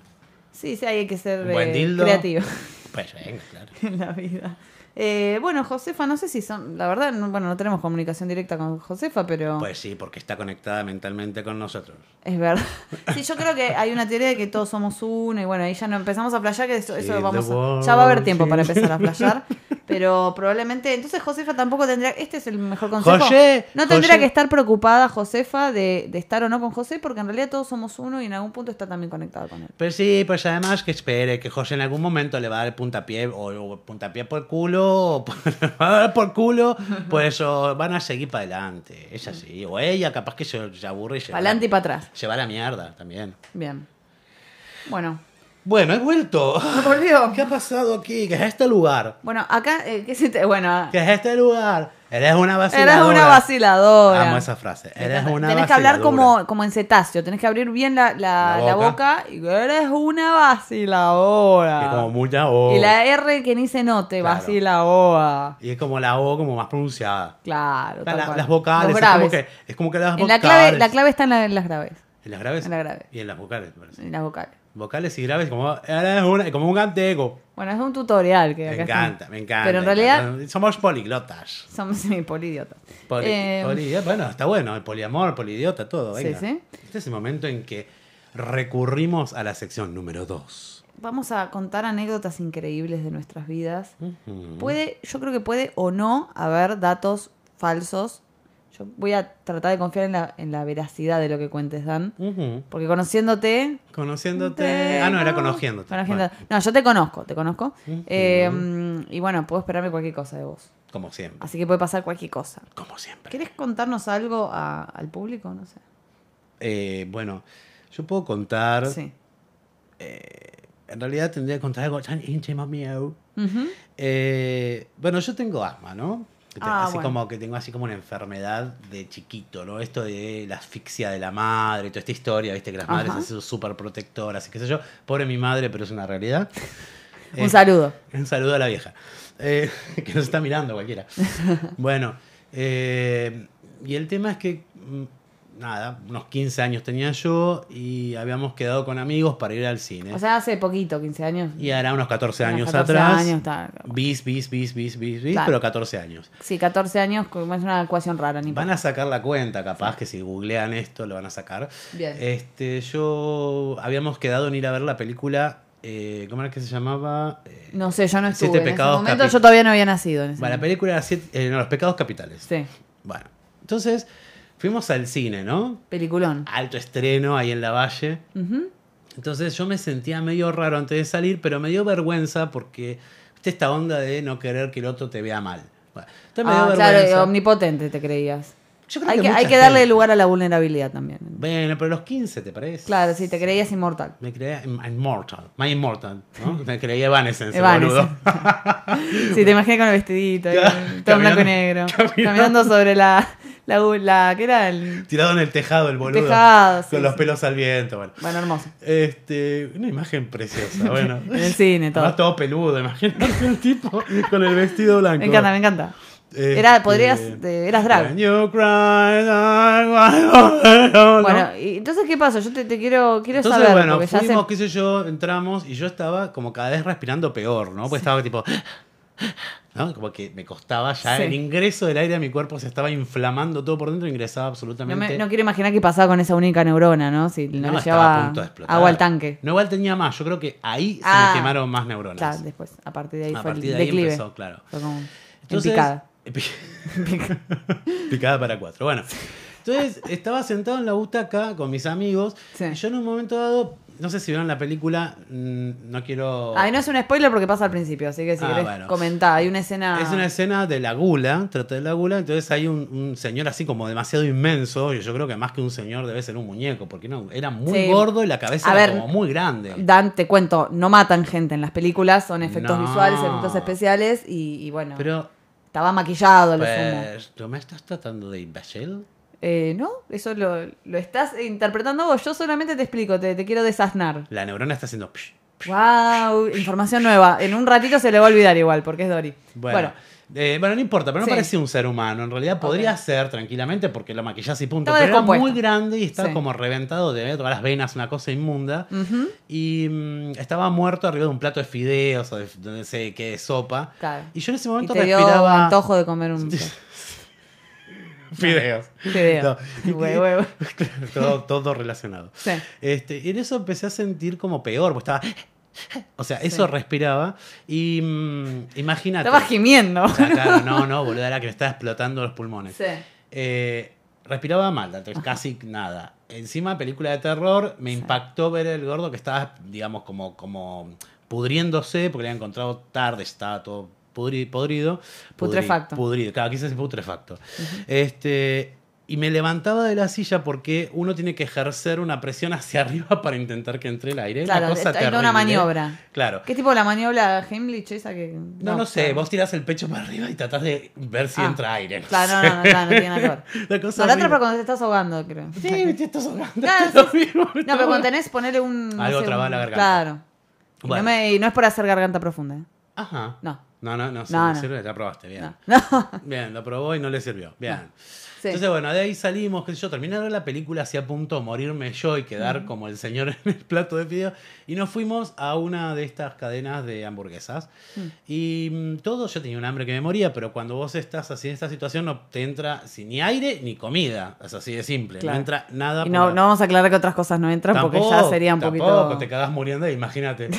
Sí, sí, hay que ser
Un buen
eh,
dildo.
creativo
Pues venga, claro.
en la vida. Eh, bueno, Josefa, no sé si son. La verdad, no, bueno, no tenemos comunicación directa con Josefa, pero.
Pues sí, porque está conectada mentalmente con nosotros.
Es verdad. Sí, yo creo que hay una teoría de que todos somos uno y bueno, ahí ya no empezamos a flashear, que eso, eso
Sí,
vamos
the
a-
world,
ya va a haber tiempo para
sí.
empezar a flashear, pero probablemente entonces Josefa tampoco tendría, este es el mejor consejo.
José,
no tendría
José.
que estar preocupada Josefa de, de estar o no con José, porque en realidad todos somos uno y en algún punto está también conectado con él.
Pues sí, pues además que espere, que José en algún momento le va a dar el puntapié, o, o puntapié por culo, o por, va a dar por culo, pues o van a seguir para adelante, es así. O ella capaz que se, se aburre y se,
Para adelante y
va,
para atrás.
se va a la mierda también.
Bien. Bueno.
Bueno, he vuelto.
volvió.
¿Qué ha pasado aquí? ¿Qué es este lugar?
Bueno, acá, eh, ¿qué se te- Bueno,
¿Qué es este lugar? Eres una vaciladora.
eres una vaciladora.
Amo esa frase.
Me
Eres
encanta.
una
Tenés que
vaciladora.
hablar como, como en cetáceo, tenés que abrir bien la, la-
La
la boca.
boca.
y eres una vaciladora.
Y como mucha O.
Y la E. R que ni se note,
Claro.
vaciladora.
Y es como la O como más pronunciada.
Claro.
La-
tal cual.
las vocales.
Los
es como
graves.
que- Es como que las
En la,
vocales.
clave, la clave está en, la- en las graves.
¿En las graves?
En las graves.
Y en las vocales, me parece.
En las vocales.
Vocales y graves, como, ahora es una- como un gantego.
Bueno, es un tutorial que
Me
acá
encanta,
estamos.
me encanta.
Pero en
me
realidad
encanta. Somos poliglotas.
somos semi polidiotas.
Poli-
Eh,
poli- bueno, está bueno, el poliamor, polidiota, todo.
Sí,
venga.
sí.
Este es el momento en que recurrimos a la sección número 2.
Vamos a contar anécdotas increíbles de nuestras vidas. Puede, yo creo que puede o no haber datos falsos. Yo voy a tratar de confiar en la, en la veracidad de lo que cuentes, Dan. Porque conociéndote.
Conociéndote. Ah, no, era
Tengo-
conociéndote.
conociéndote.
Bueno,
No, yo te conozco, te conozco.
Ujú.
Eh, y bueno, puedo esperarme cualquier cosa de vos.
como siempre.
Así que puede pasar cualquier cosa.
Como siempre.
¿Querés contarnos algo a- al público? No sé.
Eh, bueno, yo puedo contar. eh,
Sí.
En realidad tendría que contar algo tan íntimo mío.
Ujú.
Eh, bueno, yo tengo asma, ¿no? que te-
Ah,
así
bueno.
como que tengo así como una enfermedad de chiquito, ¿no? Esto de la asfixia de la madre, toda esta historia, viste que las madres
Ajá.
han sido súper protectoras, y qué sé yo. Pobre mi madre, pero es una realidad. Eh,
Un saludo.
un saludo a la vieja. Eh, que nos está mirando cualquiera. Bueno, eh, y el tema es que, mm, nada, unos 15 años tenía yo y habíamos quedado con amigos para ir al cine.
O sea, hace poquito, 15 años.
eh. y ahora unos 14
unos
años
14
atrás.
años, tal.
bis, bis, bis, bis, bis, bis,
Ah, Claro.
pero 14 años.
Sí, 14 años, como es una ecuación rara. Ni
Van a sacar la cuenta, capaz que si googlean esto lo van a sacar.
Bien.
Este, yo habíamos quedado en ir a ver la película, eh, ¿cómo era que se llamaba? Eh,
No sé, yo no estuve.
Siete
en ese
pecados
momento
capi-
yo todavía no había nacido. En ese
Bueno, la
momento.
película era siete- eh, no, Los Pecados Capitales.
Sí,
Bueno, entonces fuimos al cine, ¿no?
peliculón.
Alto estreno ahí en la valle.
Ujú.
Entonces yo me sentía medio raro antes de salir, pero me dio vergüenza porque viste esta onda de no querer que el otro te vea mal. Bueno, entonces me
Ah,
dio
claro,
vergüenza.
omnipotente te creías.
Yo creo
Hay que,
mucha
hay que darle
gente-
lugar a la vulnerabilidad también.
Bueno, pero a los 15, ¿te parece?
Claro, sí, te creías inmortal.
Me creía in- Inmortal, My Immortal, ¿no? Me creía Evanescence,
Evanescence.
boludo.
Sí, te imaginé con el vestidito, ahí,
Claro,
todo blanco
caminando-
y negro.
caminando.
Caminando, sobre la, la, la. ¿Qué era? El,
Tirado en el tejado el boludo.
Tejado, sí,
con los
sí.
pelos al viento, bueno.
bueno, hermoso.
Este, una imagen preciosa, bueno.
En el cine, todo.
Además, todo peludo, imagínate el tipo con el vestido blanco.
Me encanta, me encanta.
Este,
Era, podrías, eh, eras drag.
When you cry, I want to know.
Bueno, y entonces, ¿qué pasó? Yo te, te quiero, quiero
Entonces,
saber.
bueno,
porque ya
fuimos,
hace-
qué sé yo, entramos y yo estaba como cada vez respirando peor, ¿no? Porque estaba tipo... ¿no? Como que me costaba ya
Sí.
el ingreso del aire a mi cuerpo, se estaba inflamando todo por dentro, ingresaba
no, me-
absolutamente...
no quiero imaginar qué pasaba con esa única neurona, ¿no? Si no,
No,
le
estaba a
llevaba
punto de explotar.
agua al tanque.
No, igual tenía más, yo creo que ahí
Ah.
se me quemaron más neuronas.
Claro, después, a partir de ahí
a
fue el
partir de ahí
declive.
empezó, claro.
Fue como en
Entonces-
picada.
Picada para cuatro. Bueno, entonces estaba sentado en la butaca con mis amigos
Sí.
y yo en un momento dado, no sé si vieron la película, mm, no quiero...
Ay, no es un spoiler porque pasa al principio, así que si
Ah,
querés
bueno.
comentar, hay una escena.
Es una escena de la gula, trata de la gula, entonces hay un, un señor así como demasiado inmenso, y yo creo que más que un señor debe ser un muñeco, porque no, era muy
Sí.
gordo y la cabeza
A
era
ver,
como muy grande.
Dan, te cuento, no matan gente en las películas, son efectos
No.
visuales, efectos especiales y, y bueno,
Pero,
estaba maquillado a lo sumo.
pues, ¿no me estás tratando de imbécil?
Eh, no, eso lo, lo estás interpretando vos, yo solamente te explico, te, te quiero desasnar.
La neurona está haciendo... psh,
Wow, información nueva. En un ratito se le va a olvidar igual, porque es Dory.
Bueno,
Bueno,
eh, bueno. no importa, pero no
Sí.
parecía un ser humano. En realidad podría ser tranquilamente porque lo maquillás y punto.
Estaba
pero era
descompuesto.
muy grande y estaba
Sí.
como reventado de todas las venas, una cosa inmunda.
ujú,
Y mm, estaba muerto arriba de un plato de fideos o de, de no sé qué de sopa.
claro.
Y yo en ese
Y
momento
te dio
respiraba
antojo de comer un
fideos.
video.
No.
Hue- huevo.
Claro, todo, todo relacionado.
Sí.
Este, y en eso empecé a sentir como peor, porque estaba. O sea, eso
Sí.
respiraba. Y mm, imagínate.
Estabas gimiendo.
Ah, claro, no, no, boludo, era que me estaba explotando los pulmones.
Sí.
Eh, respiraba mal, entonces casi nada. Encima, película de terror, me impactó ver el gordo que estaba, digamos, como, como pudriéndose, porque le había encontrado tarde, estaba todo pudri- podrido. Pudri-
Putrefacto.
Pudrido, claro, quizás es putrefacto. Este. Y me levantaba de la silla porque uno tiene que ejercer una presión hacia arriba para intentar que entre el aire. Es
Claro,
una
hay
cosa
toda una
terrible.
maniobra.
Claro.
¿Qué tipo de la maniobra Heimlich esa que.?
No, no, sé,
claro.
vos tirás el pecho para arriba y tratás de ver si
Ah.
entra aire. no
Claro, no,
sé.
no, no, claro, no tiene nada que ver.
La cosa
No, la otra es
horrible.
para cuando te estás ahogando, creo.
Sí, te estás ahogando.
Claro,
es lo mismo.
Ah, No, pero cuando tenés, ponele un. no
Algo
sé,
trabado
un-
en la garganta.
Claro. Y
Bueno.
no, me- y no es por hacer garganta profunda. ¿eh?
Ajá.
No.
No, no, no, sí,
No,
no
no.
sirve, la probaste, bien.
No. no.
Bien, lo probó y no le sirvió. Bien.
Sí.
Entonces, bueno, de ahí salimos, qué sé yo, terminé de ver la película, hacía a punto de morirme yo y quedar como el señor en el plato de fideo. Y nos fuimos a una de estas cadenas de hamburguesas. Y mm, todo, yo tenía un hambre que me moría, pero cuando vos estás así en esta situación no te entra si, ni aire ni comida. Es así de simple.
Claro.
No entra nada.
Y
por
no,
la-
no vamos a aclarar que otras cosas no entran porque ya
Tampoco,
sería un
tampoco,
poquito.
te cagás muriendo, imagínate.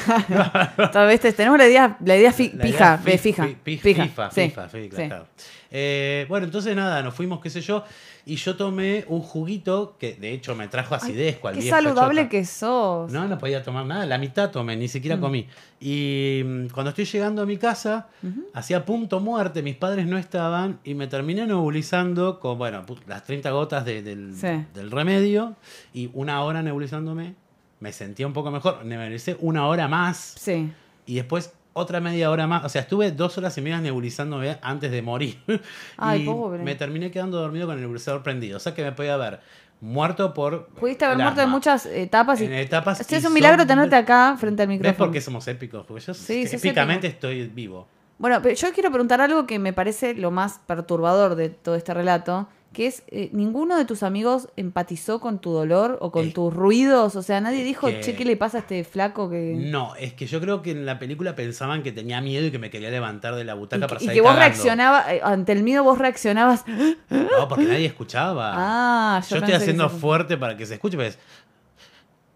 Tal vez te- tenemos la idea, la idea fi-
La
fija,
idea
eh,
fi-
fija,
fi- fi-
fija,
FIFA,
sí,
FIFA, sí,
sí.
claro. Eh, bueno, entonces nada, nos fuimos, qué sé yo, y yo tomé un juguito que de hecho me trajo acidez. cual
Qué
vieja
saludable
chota.
que sos. Mm.
No, no podía tomar nada, la mitad tomé, ni siquiera comí. Y mm, cuando estoy llegando a mi casa, hacía punto muerte, mis padres no estaban y me terminé nebulizando con, bueno, pu- las 30 gotas de- del,
Sí.
del remedio y una hora nebulizándome, me sentía un poco mejor, nebulicé una hora más
Sí.
y después otra media hora más. O sea, estuve dos horas y media nebulizándome antes de morir.
Ay,
y
pobre.
Me terminé quedando dormido con el nebulizador prendido. O sea que me podía haber muerto por.
Pudiste haber muerto en
muchas
muchas etapas. Y...
en etapas.
Sí, es
y
un milagro
son-
tenerte acá frente al micrófono.
¿Ves por qué somos épicos? Porque yo
Sí, sos
épicamente estoy vivo.
Bueno, pero yo quiero preguntar algo que me parece lo más perturbador de todo este relato, que es eh, ninguno de tus amigos empatizó con tu dolor o con
Es-
tus ruidos, o sea, nadie dijo,
Eh. que- Mm,
che, ¿qué le pasa a este flaco que...
No, es que yo creo que en la película pensaban que tenía miedo y que me quería levantar de la
y
butaca
que,
para
y
salir
que vos
cagando.
reaccionabas, eh, ante el miedo vos reaccionabas,
No, porque nadie escuchaba.
ah,
yo
yo,
estoy
pensé que
haciendo
se-
fuerte para que se escuche, pero es-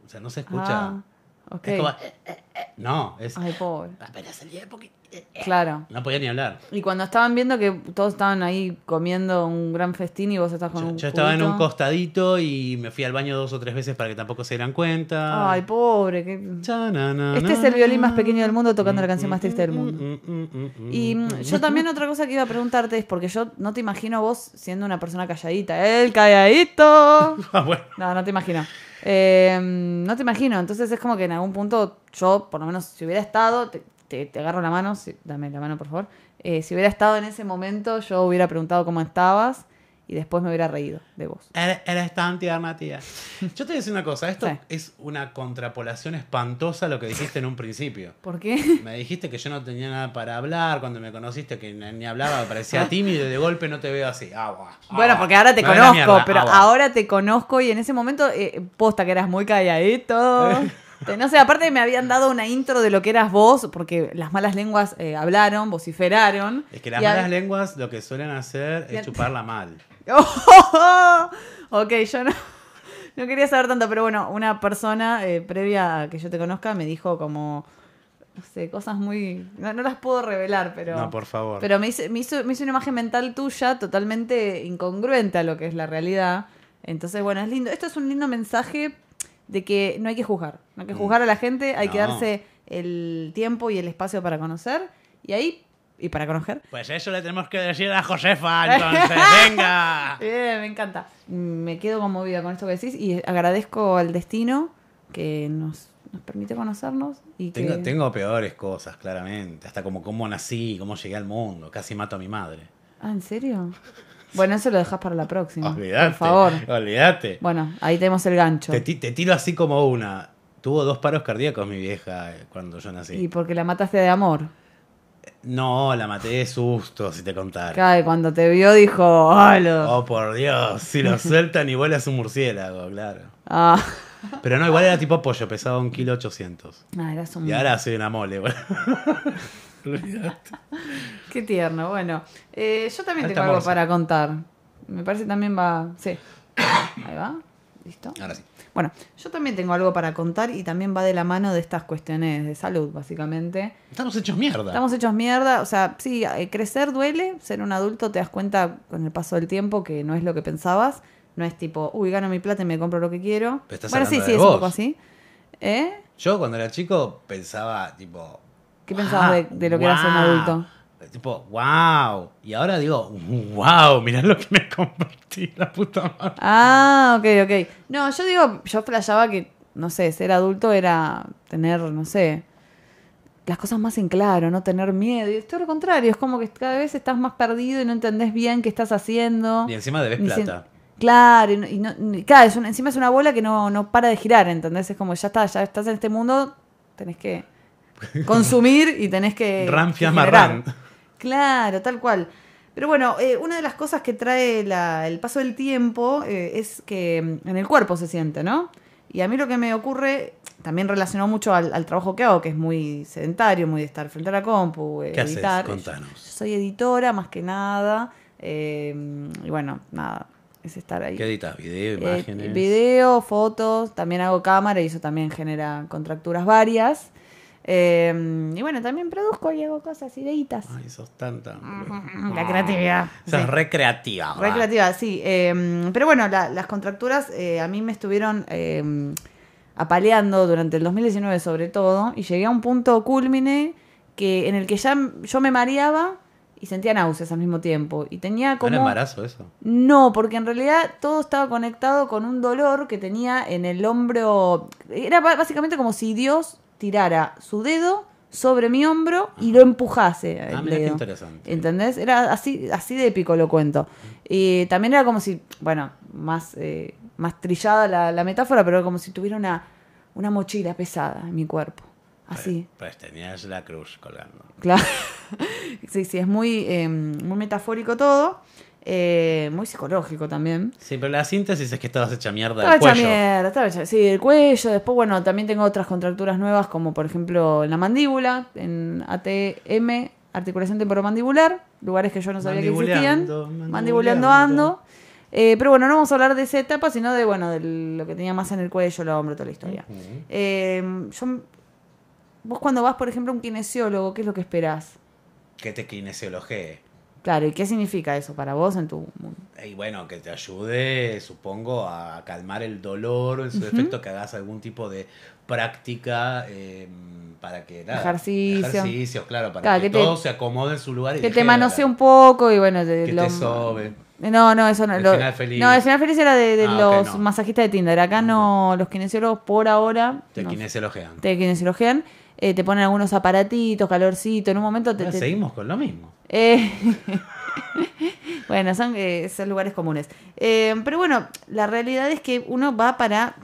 O sea, no se escucha.
Ah, ok. Ah.
Es como... eh, eh, eh. No, es...
Ay, pobre.
Apenas salí de poqui- eh, eh.
Claro.
No podía ni hablar.
Y cuando estaban viendo que todos estaban ahí comiendo un gran festín y vos estás con
Yo,
un
yo estaba en un
cubito.
costadito y me fui al baño dos o tres veces para que tampoco se dieran cuenta.
Ay, pobre. qué-
Este
Este es el violín más pequeño del mundo tocando la
Mm,
canción más triste del mundo. Y mm, yo también otra cosa que iba a preguntarte es porque yo no te imagino vos siendo una persona calladita. ¡El calladito!
Ah, bueno.
No, no te imagino. Eh, no te imagino. Entonces es como que en algún punto yo, por lo menos si hubiera estado, te, te- te agarro la mano, si- dame la mano por favor. Eh, si hubiera estado en ese momento, yo hubiera preguntado cómo estabas y después me hubiera reído de vos.
Eres, eres tan tierna, tía. Yo te voy a decir una cosa. Esto
Sí.
es una contrapolación espantosa a lo que dijiste en un principio.
¿Por qué?
Me dijiste que yo no tenía nada para hablar cuando me conociste, que ni ni hablaba, parecía tímido y de golpe no te veo así. Agua.
Ah, Bueno,
agua.
porque ahora te
Me voy a Ah, la
conozco,
mierda, Ah,
pero
agua.
ahora te conozco y en ese momento, eh, posta que eras muy calladito. Te- No sé, aparte me habían dado una intro de lo que eras vos, porque las malas lenguas eh, hablaron, vociferaron.
Es que las
Y a-
malas lenguas lo que suelen hacer
Y a-
es chuparla mal.
ok, yo no, no quería saber tanto, pero bueno, una persona eh, previa a que yo te conozca me dijo como, no sé, cosas muy... No, no las puedo revelar, pero...
No, por favor.
Pero me hice- me hizo, me, hizo, una imagen mental tuya totalmente incongruente a lo que es la realidad. Entonces, bueno, es lindo. Esto es un lindo mensaje de que no hay que juzgar. No hay que juzgar a la gente, hay que
Mm. No.
darse el tiempo y el espacio para conocer. Y ahí, y para conocer.
Pues eso le tenemos que decir a Josefa, entonces, venga.
Bien, Eh, me encanta. Me quedo conmovida con esto que decís y agradezco al destino que nos, nos permite conocernos. Y que...
Tengo, tengo peores cosas, claramente. Hasta como cómo nací, cómo llegué al mundo. Casi mato a mi madre.
Ah, ¿en serio? Bueno, eso lo dejas para la próxima.
Olvídate.
Por favor.
Olvídate.
Bueno, ahí tenemos el gancho.
Te, ti- te tiro así como una. Tuvo dos paros cardíacos mi vieja eh, cuando yo nací.
Y porque la mataste de amor.
No, la maté de susto, si te contara.
Claro, y cuando te vio dijo, ¡Halo!
Oh, por Dios, si lo sueltan y vuelas un murciélago, claro.
Ah,
Pero no, igual era tipo pollo, pesaba un kilo ochocientos.
Ah, eras un...
Y ahora soy una mole, boludo. Olvídate.
Qué tierno. Bueno, eh, yo también
Alta
tengo algo
morsa.
para contar. Me parece también va... Sí. Ahí va. ¿Listo?
Ahora sí.
Bueno, yo también tengo algo para contar y también va de la mano de estas cuestiones de salud, básicamente.
Estamos hechos mierda.
Estamos hechos mierda, o sea, sí, eh, crecer duele, ser un adulto te das cuenta con el paso del tiempo que no es lo que pensabas, no es tipo, uy, gano mi plata y me compro lo que quiero.
Pero estás
bueno, sí,
hablando
sí,
de
es un
vos.
poco así. ¿Eh?
Yo cuando era chico pensaba, tipo.
¿Qué
"Guau,
pensabas de- de lo que eras un
Ah, guau".
adulto?
Tipo, wow. Y ahora digo, wow, mirá lo que me convertí, la puta madre.
Ah, ok, ok. No, yo digo, yo flasheaba que, no sé, ser adulto era tener, no sé, las cosas más en claro, no tener miedo. Y es todo lo contrario, es como que cada vez estás más perdido y no entendés bien qué estás haciendo.
Y encima debes
Ni se-
plata.
Claro, y no- y no- ni- claro, es una- encima es una bola que no, no para de girar, ¿entendés? Es como ya está, ya estás en este mundo, tenés que consumir y tenés que.
Ran
que
fiamma
generar.
ran.
Claro, tal cual. Pero bueno, eh, una de las cosas que trae la- el paso del tiempo eh, es que mm, en el cuerpo se siente, ¿no? Y a mí lo que me ocurre también relacionó mucho al, al trabajo que hago, que es muy sedentario, muy de estar frente a la compu, eh,
¿Qué haces?
editar. Yo
Contanos.
soy editora más que nada. eh, y bueno, nada, es estar ahí.
¿Qué editas? ¿Video,
Eh,
imágenes?
video, fotos, también hago cámara y eso también genera contracturas varias. Eh, y bueno, también produzco y hago cosas, ideitas.
Ay, sos tanta. Ah.
La creatividad.
Sos
Sí.
recreativa.
Re creativa, sí. Eh, pero bueno, la- las contracturas eh, a mí me estuvieron eh, apaleando durante el 2019 sobre todo y llegué a un punto culmine que, en el que ya m- yo me mareaba y sentía náuseas al mismo tiempo. Y tenía
¿No
como...
era embarazo eso?
No, porque en realidad todo estaba conectado con un dolor que tenía en el hombro. Era ba- básicamente como si Dios tirara su dedo sobre mi hombro y lo empujase.
Ah,
al
mira qué
dedo.
interesante.
¿Entendés? Era así, así de épico lo cuento. Y también era como si, bueno, más, eh, más trillada la, la metáfora, pero como si tuviera una, una mochila pesada en mi cuerpo. Así.
Pues, pues tenías la cruz colgando.
Claro. Sí, sí, es muy, eh, muy metafórico todo. eh, muy psicológico también.
Sí, pero la síntesis es que estabas hecha mierda
Estaba
del
hecha
cuello.
mierda, estaba hecha- Sí, el cuello. Después, bueno, también tengo otras contracturas nuevas, como por ejemplo en la mandíbula, en ATM, articulación temporomandibular, lugares que yo no sabía que existían.
Mandibuleando, mandibuleando.
Mandibuleando ando. Eh, pero bueno, no vamos a hablar de esa etapa, sino de bueno, de lo que tenía más en el cuello, la hombro, toda la historia.
Ujú.
Eh, yo- vos cuando vas, por ejemplo, a un kinesiólogo, ¿qué es lo que esperás?
Que te kinesiologee.
Claro, ¿y qué significa eso para vos en tu mundo?
Y bueno, que te ayude, supongo, a calmar el dolor, en su defecto que hagas algún tipo de práctica eh, para que nada,
Ejercicio.
ejercicios, claro, para
Claro,
que,
que te-
todo se acomode en su lugar. Y
Que
deje
te
de-
manosee un poco y bueno, de
Que
lo- Eh,
te sobe.
No, no, eso no.
El
lo-
final feliz.
No, el final feliz era de, de
Ah, ok,
los
no.
masajistas de Tinder. Acá no, los kinesiólogos por ahora
Te
no,
kinesiologean.
te kinesiologean, eh, te ponen algunos aparatitos, calorcito, en un momento te...
Ah,
te-
Seguimos con lo mismo.
Eh, bueno, son, eh, son lugares comunes. Eh, pero bueno, la realidad es que uno va para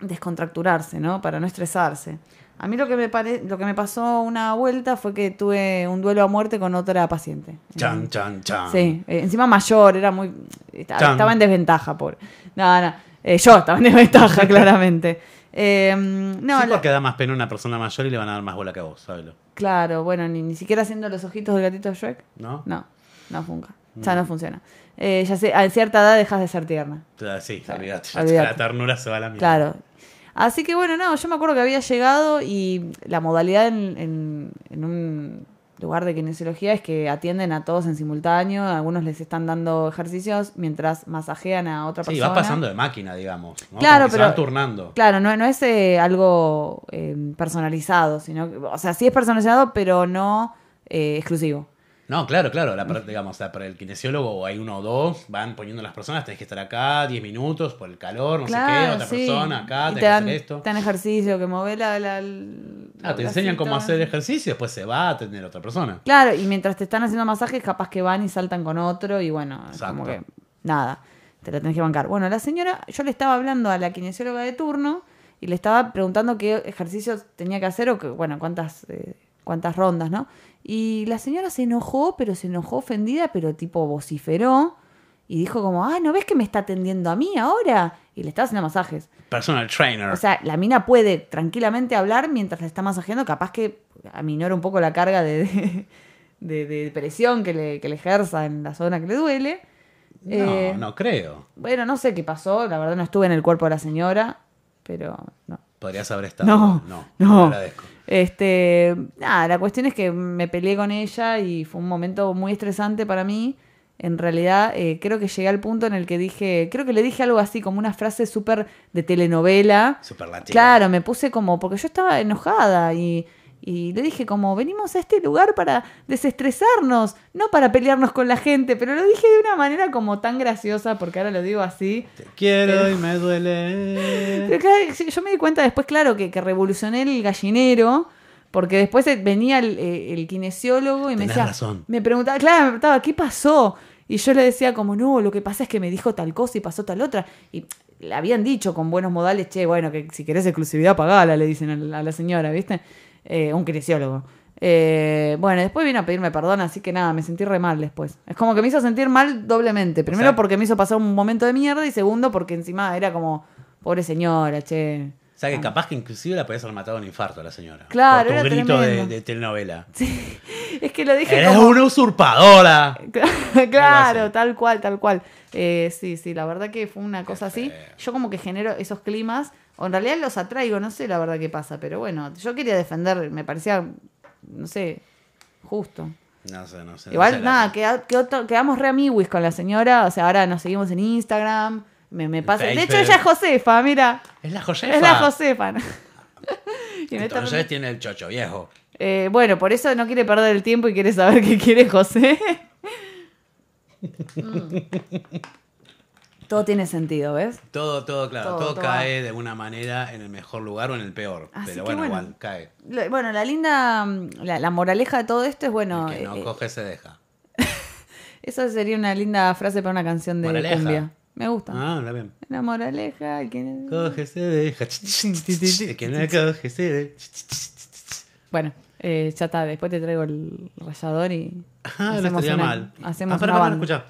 descontracturarse, ¿no? Para no estresarse. A mí lo que me pare- lo que me pasó una vuelta fue que tuve un duelo a muerte con otra paciente.
Chan, chan, chan.
Sí, eh, encima mayor, era muy. Estaba,
Chan.
estaba en desventaja, pobre. No, no. eh, yo estaba en desventaja, claramente. Eh, no,
sí,
la-
porque da más pena a una persona mayor y le van a dar más bola que a vos, sábelo.
claro, bueno, ni, ni siquiera haciendo los ojitos del gatito Shrek.
¿No?
No, no funca. O sea, no funciona. Eh, ya sé, a cierta edad dejas de ser tierna.
O sea, Sí,
Claro,
olvídate, ya
olvídate.
La ternura se va a la mierda.
Claro. Así que bueno, no, yo me acuerdo que había llegado y la modalidad en, en- en un lugar de kinesiología es que atienden a todos en simultáneo, algunos les están dando ejercicios mientras masajean a otra
Sí,
persona.
va pasando de máquina, digamos. ¿no?
Claro,
Como que
pero-
Se van turnando.
Claro, no, no es eh, algo eh, personalizado, sino, que- o sea, sí es personalizado, pero no eh, exclusivo.
No, claro, claro. La, per- digamos, la, para el kinesiólogo hay uno o dos, van poniendo las personas, tenés que estar acá 10 minutos por el calor, no sé qué, otra
sí.
persona acá,
Y
tenés
te
que hacer
dan,
esto.
te dan ejercicio, que mueve la... la-
Ah, te
la
enseñan cómo
cinta.
hacer ejercicio y después se va a atender a otra persona.
Claro, y mientras te están haciendo masajes, capaz que van y saltan con otro y bueno, es como que
Exacto.
nada, te la tenés que bancar. Bueno, la señora, yo le estaba hablando a la kinesióloga de turno y le estaba preguntando qué ejercicios tenía que hacer o que, bueno, cuántas, eh, cuántas rondas, ¿no? Y la señora se enojó, pero se enojó ofendida, pero tipo vociferó y dijo como, ah, ¿no ves que me está atendiendo a mí ahora? Y le estaba haciendo masajes.
Personal trainer.
O sea, la mina puede tranquilamente hablar mientras la está masajeando, capaz que aminora un poco la carga de, de, de presión que le, que le ejerza en la zona que le duele. Eh,
no, no creo.
Bueno, no sé qué pasó, la verdad no estuve en el cuerpo de la señora, pero no.
Podrías haber estado.
No,
no.
no.
te agradezco.
Este, nada, la cuestión es que me peleé con ella y fue un momento muy estresante para mí. En realidad, eh, creo que llegué al punto en el que dije, creo que le dije algo así, como una frase súper de telenovela.
Superlativo.
Claro, me puse como, porque yo estaba enojada y, y le dije como, venimos a este lugar para desestresarnos, no para pelearnos con la gente, pero lo dije de una manera como tan graciosa, porque ahora lo digo así.
Te quiero
Pero-
y me duele.
Pero claro, sí, yo me di cuenta después, claro, que, que revolucioné el gallinero, porque después eh, venía el, eh, el kinesiólogo y me
Tenés
decía,
razón.
me preguntaba, claro, me preguntaba, ¿qué pasó? Y yo le decía como, no, lo que pasa es que me dijo tal cosa y pasó tal otra. Y le habían dicho con buenos modales, che, bueno, que si querés exclusividad, pagala, le dicen a la, a la señora, ¿viste? Eh, un kinesiólogo. Eh, bueno, después vino a pedirme perdón, así que nada, me sentí re mal después. Es como que me hizo sentir mal doblemente. Primero
sea-
porque me hizo pasar un momento de mierda y segundo porque encima era como, pobre señora, che.
O sea que capaz que inclusive la podías haber matado un infarto a la señora.
"Ah". Claro,
Por tu
era
grito de,
tremendo.
de telenovela.
Es que lo dije
¡Eres
como...
una usurpadora! Algo
claro,
así.
tal cual, tal cual. Eh, sí, sí, la verdad que fue una cosa así.
feo.
Yo como que genero esos climas, o en realidad los atraigo, no sé la verdad qué pasa, pero bueno, yo quería defender, me parecía, no sé, justo.
No sé, no sé. no
Igual,
sé la-
nada, queda- quedó- quedamos re amiguis con la señora, o sea, ahora nos seguimos en Instagram, me, me pasa... De hecho,
Facebook.
ella es Josefa, mira,
Es la Josefa.
es la Josefa. ¿no? Y me está-
Entonces tiene el chocho viejo.
Eh, bueno, por eso no quiere perder el tiempo y quiere saber qué quiere José. Mm. Todo tiene sentido, ¿ves?
Todo, todo, claro.
Todo,
Todo,
todo.
cae de alguna manera en el mejor lugar o en el peor.
Así
pero
que
bueno,
bueno.
igual cae.
Lo- Bueno, la linda, mm, la, la moraleja de todo esto es, bueno,
el que no
eh,
coge se deja.
esa sería una linda frase para una canción de
Moraleja.
cumbia. Me gusta.
Ah, está bien.
La moraleja, el que-
Coge se deja. El que no coge se deja.
Bueno, eh, ya está, después te traigo el rallador y
Ah, no estaría
una-
mal.
Hacemos
ah, para,
una
para,
banda.
escucha.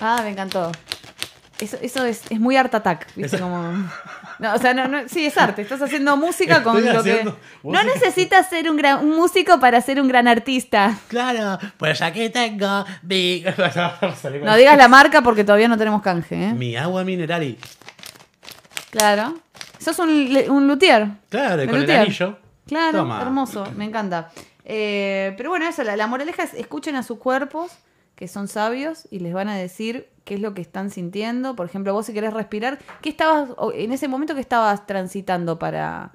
Ah, me encantó. Eso, eso es, es muy art attack, ¿viste? Como... No, o sea, no, no, sí, es arte. Estás haciendo música con
Estoy
lo
haciendo
que.
música.
No necesitas ser un, gran, un músico para ser un gran artista.
Claro, pues aquí tengo mi...
No digas ¿eh? la marca porque todavía no tenemos canje, ¿eh?
mi agua mineral y...
Claro. Sos un, le- un luthier.
Claro,
De
y con el
luthier.
anillo.
Claro,
Toma.
hermoso, me encanta. Eh, pero bueno, eso, la, la moraleja es escuchen a sus cuerpos, que son sabios, y les van a decir qué es lo que están sintiendo. Por ejemplo, vos si querés respirar, ¿qué estabas, o en ese momento que estabas transitando para...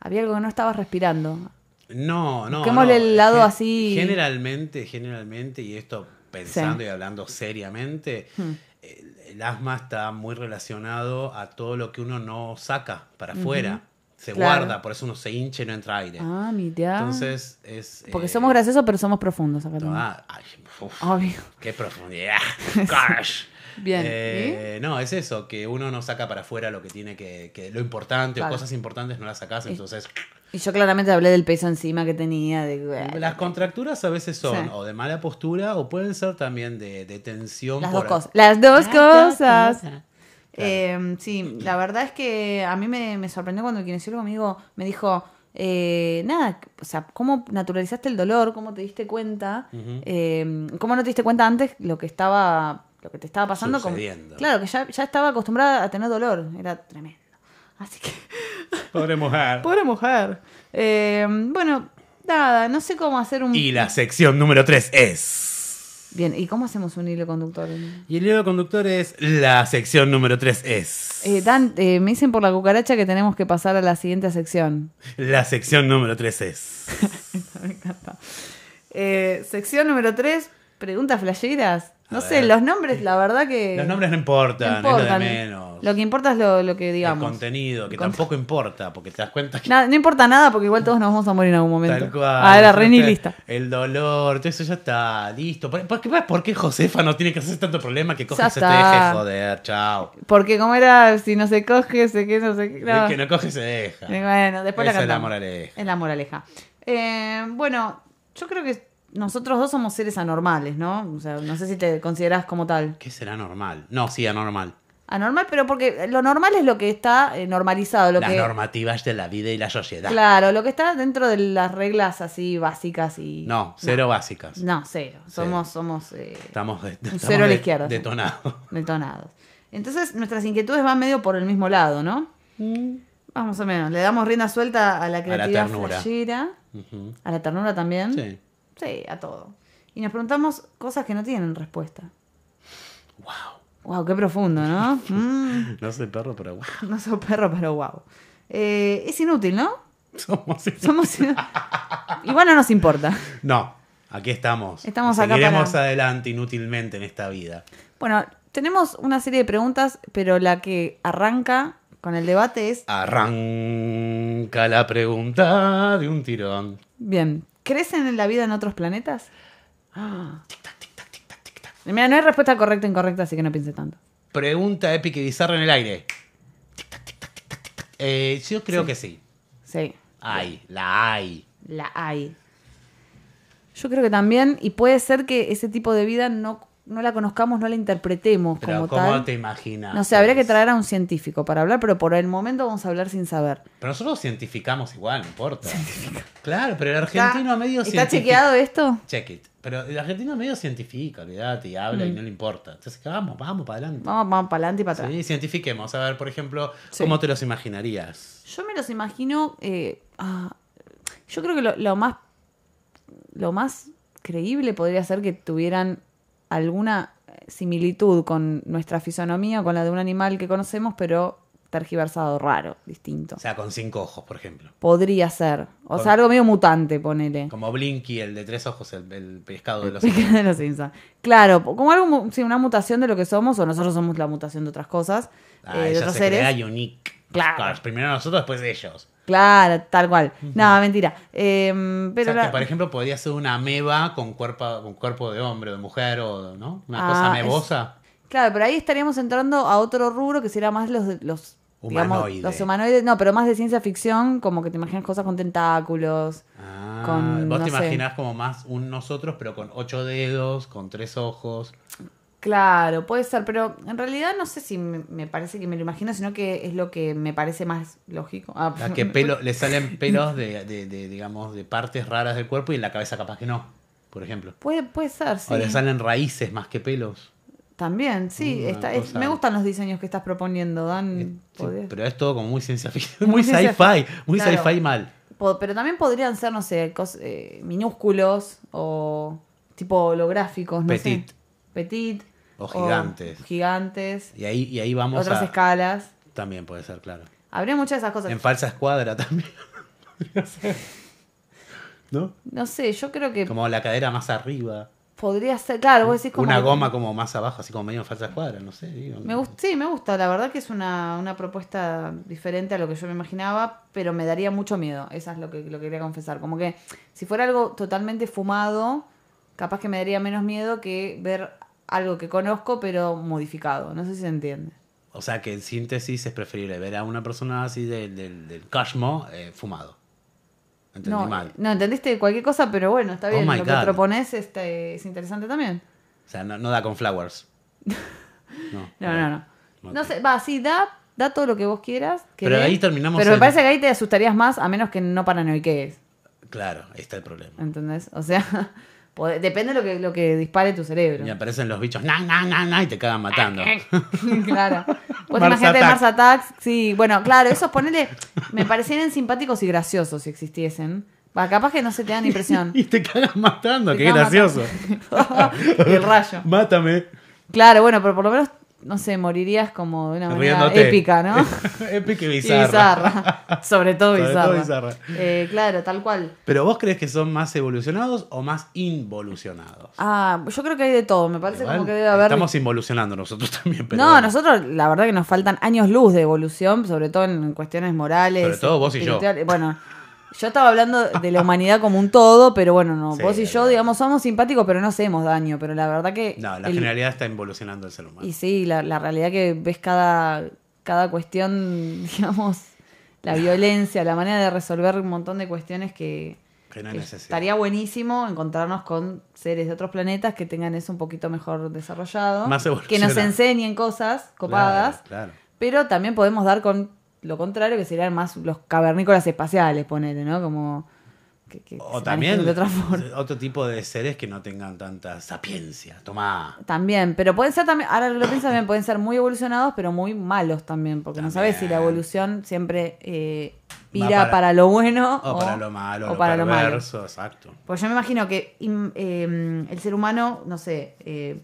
Había algo que no estabas respirando.
No, no.
Busquémosle
no.
el lado
Gen-
así.
Generalmente, generalmente, y esto pensando y hablando seriamente,
Hmm.
el, el asma está muy relacionado a todo lo que uno no saca para afuera. Se
Claro.
guarda, por eso uno se hincha y no entra aire.
Ah, mirá.
Entonces es.
Porque
eh,
somos graciosos, pero somos profundos acá
no,
también.
ah, ay, uf,
Obvio.
¡Qué profundidad! Gosh.
Bien,
Eh, No, es eso, que uno no saca para afuera lo que tiene que. que lo importante
Claro.
o cosas importantes no las sacas, entonces.
Y yo claramente hablé del peso encima que tenía. De...
Las contracturas a veces son
eh, Sí.
o de mala postura o pueden ser también de, de tensión.
Las dos
por-
cosas. Las dos cosas.
Claro.
Eh, sí, la verdad es que a mí me, me sorprendió cuando el kinesiólogo me dijo, me dijo eh, nada, o sea, ¿cómo naturalizaste el dolor? ¿Cómo te diste cuenta?
Ujú.
Eh, ¿Cómo no te diste cuenta antes lo que estaba, lo que te estaba pasando? Como-
Sucediendo.
claro, que ya, ya estaba acostumbrada a tener dolor, era tremendo. Así que,
Pobre mujer.
pobre mujer. Eh, bueno, nada, no sé cómo hacer un...
Y la sección número 3 es.
Bien, ¿y cómo hacemos un hilo conductor?
Y el hilo conductor es. La sección número 3 es.
Eh, Dan, eh, me dicen por la cucaracha que tenemos que pasar a la siguiente sección.
La sección número 3 es.
Me encanta. Eh, sección número 3, preguntas flasheras. No
A
sé,
ver.
los nombres, la verdad que.
Los nombres no
eh, no
importan, es lo
importan.
de menos.
Lo que importa es lo, lo que
el
digamos.
contenido, que
Con-
tampoco importa, porque te das cuenta que.
Nada, no importa nada porque igual todos nos vamos a morir en algún momento.
Tal cual.
Ah, era re
Entonces,
nihilista.
El dolor, todo eso ya está, listo. ¿Por, por, qué- por qué Josefa no tiene que hacer tanto problema que
Ya
coge se te
está.
deje joder? Chao.
Porque como era, si no se coge, se que no se qué, no.
El que no coge se deja.
Eh, Bueno, después la
Esa es la
cantamos.
moraleja.
Es la moraleja. Eh, bueno, yo creo que nosotros dos somos seres anormales, ¿no? O sea, no sé si te considerás como tal.
¿Qué será normal? No, sí, anormal.
Anormal, pero porque lo normal es lo que está eh, normalizado, lo
Las
que
normativas de la vida y la sociedad.
Claro, lo que está dentro de las reglas así básicas y.
No, cero básicas.
No, cero. Somos, somos eh,
Estamos, de- estamos
cero a la
de-
izquierda.
detonados.
detonados. Entonces, nuestras inquietudes van medio por el mismo lado, ¿no? Mm. Vamos a menos. Le damos rienda suelta a la creatividad
ternura.
flashera,
Ujú.
a la ternura también.
Sí.
Sí, a todo. Y nos preguntamos cosas que no tienen respuesta.
Wow.
Wow, qué profundo, ¿no? Mm,
No soy perro, pero wow.
no soy perro, pero wow. Eh, es inútil, ¿no?
Somos
Somos. Igual no nos importa.
No, aquí estamos.
Estamos acá
Seguiremos
para-
adelante inútilmente en esta vida.
Bueno, tenemos una serie de preguntas, pero la que arranca con el debate es,
Arranca la pregunta de un tirón.
bien, ¿crecen en la vida en otros planetas? Mira, no hay respuesta correcta o incorrecta, así que no piense tanto.
Pregunta épica y bizarra en el aire. Tic, tac, tic, tac, tic, tac, tic, tac. Eh, yo creo que sí.
Sí,
Hay, la hay.
la hay. Yo creo que también, y puede ser que ese tipo de vida no, no la conozcamos, no la interpretemos como
Pero ¿cómo
tal.
te imaginas?
No sé, habría que traer a un científico para hablar, pero por el momento vamos a hablar sin saber.
Pero nosotros cientificamos igual, no importa. Claro, pero el argentino medio
¿Está
cientifica-
chequeado esto?
Check it. Pero el argentino medio científica, olvídate, y habla y no le importa. Entonces, vamos, vamos para adelante.
Mm. Vamos, vamos para adelante y para atrás.
Sí, cientifiquemos. A ver, por ejemplo,
Sí.
¿cómo te los imaginarías?
Yo me los imagino. eh, ah, yo creo que lo, lo más. Lo más creíble podría ser que tuvieran eh, alguna similitud con nuestra fisonomía, con la de un animal que conocemos, pero tergiversado, raro, distinto.
O sea, con cinco ojos, por ejemplo.
Podría ser. O
Con-
sea, algo medio mutante, ponele.
Como Blinky, el de tres ojos, el, el pescado de los ojos.
De los Simpsons. Claro, po- como algo, mu- sí, una mutación de lo que somos, o nosotros somos la mutación de otras cosas, eh,
Ah,
de
ella
otros
se
seres.
crea unique.
Claro.
Primero nosotros, después ellos.
Claro, tal cual. No, mentira. Em, pero
o sea,
la-
que por ejemplo podría ser una ameba con cuerpo, con cuerpo de hombre o de mujer o ¿no? una
Ah,
cosa
es-
amebosa.
Claro, pero ahí estaríamos entrando a otro rubro que sería más los... los digamos,
Humanoide.
los humanoides, no, pero más de ciencia ficción, como que te imaginas cosas con tentáculos.
Ah,
con-
vos
no
te
sé.
imaginás como más un nosotros, pero con ocho dedos, con tres ojos.
Claro, puede ser, pero en realidad no sé si me, me parece que me lo imagino, sino que es lo que me parece más lógico. Ah,
A que pelo, le salen pelos de, de- de, digamos, de partes raras del cuerpo y en la cabeza capaz que no, por ejemplo.
Puede, puede ser, sí.
O le salen raíces más que pelos.
También, sí.
Una
está- es-
cosa-
me gustan los diseños que estás proponiendo, Dan.
Eh, Sí,
Mm, Podés-
pero es todo como muy ciencia ficción,
Muy
muy
ciencia
sci-fi, muy
claro.
sci-fi mal.
po- pero también podrían ser, no sé, cos- eh, minúsculos o tipo holográficos, no sé.
Petit.
Petit.
O gigantes.
Gigantes.
Y ahí, y ahí vamos
otras
a...
escalas.
También puede ser, claro.
Habría muchas de esas cosas.
En falsa escuadra también. podría ser. ¿No?
No sé, yo creo que
Como la cadera más arriba.
podría ser. Claro, vos decís como.
Una
que-
goma como más abajo, así como medio en falsa escuadra, no sé. digo.
Me gusta, sí, me gusta. La verdad que es una, una propuesta diferente a lo que yo me imaginaba, pero me daría mucho miedo. Esa es lo que lo que quería confesar. Como que si fuera algo totalmente fumado, capaz que me daría menos miedo que ver algo que conozco, pero modificado. No sé si se entiende.
O sea que en síntesis es preferible ver a una persona así del, del, del cashmo eh, fumado. Entendí
No, eh,
mal.
no, entendiste cualquier cosa, pero bueno, está
Oh
bien.
my
lo
God.
que propones este, es interesante también.
O sea, no, no da con flowers. eh, No,
No, no, no.
Ok.
No sé, va, sí, da, da todo lo que vos quieras.
Pero
querés,
ahí terminamos
Pero me
en-
parece que ahí te asustarías más, a menos que no paranoiques.
Claro, ahí está el problema.
¿Entendés? O sea, pode- depende de lo que, lo que dispare tu cerebro.
Y aparecen los bichos, na, na, na, na, y te cagan matando.
claro. Vos
Mars
imagínate
Attack.
Mars Attacks. Sí, bueno, claro, esos ponele. Me parecieran simpáticos y graciosos si existiesen. Va, capaz que no se te dan impresión.
y te cagan matando,
Te
qué
cagan
gracioso.
Y el rayo.
Mátame.
Claro, bueno, pero por lo menos, no sé, morirías como de una manera
riéndote.
épica, ¿no?
Épica y
Y
bizarra.
bizarra. Sobre todo
Sobre
bizarra.
todo bizarra.
Eh, claro, tal cual.
Pero vos crees que son más evolucionados o más involucionados?
Ah, yo creo que hay de todo. Me parece
Igual,
como que debe haber.
Estamos involucionando nosotros también, pero.
no,
bueno.
nosotros la verdad que nos faltan años luz de evolución, sobre todo en cuestiones morales.
Sobre todo vos y yo.
espirituales. Bueno, yo estaba hablando de la humanidad como un todo, pero bueno, no.
Sí,
vos y
es
yo,
verdad.
digamos, somos simpáticos, pero no hacemos daño. Pero la verdad que.
No, la
el-
generalidad está involucionando el ser humano.
Y sí, la, la realidad que ves cada, cada cuestión, digamos, la violencia, la manera de resolver un montón de cuestiones que,
Que no hay
que
necesidad.
estaría buenísimo encontrarnos con seres de otros planetas que tengan eso un poquito mejor desarrollado,
Más
que nos
evolucionado.
enseñen cosas copadas,
Claro, claro.
pero también podemos dar con lo contrario, que serían más los cavernícolas espaciales, ponele, ¿no? Como que, que
O
se
también
manejen de otra forma.
otro tipo de seres que no tengan tanta sapiencia. Tomá.
También, pero pueden ser también, ahora lo pienso también, pueden ser muy evolucionados, pero muy malos también, porque no sabes si la
También.
evolución siempre eh,
Va
pira
para-
para, lo bueno
O, para lo malo,
o
o
para lo malo.
perverso, exacto.
Pues yo me imagino que im- eh, el ser humano, no sé, eh,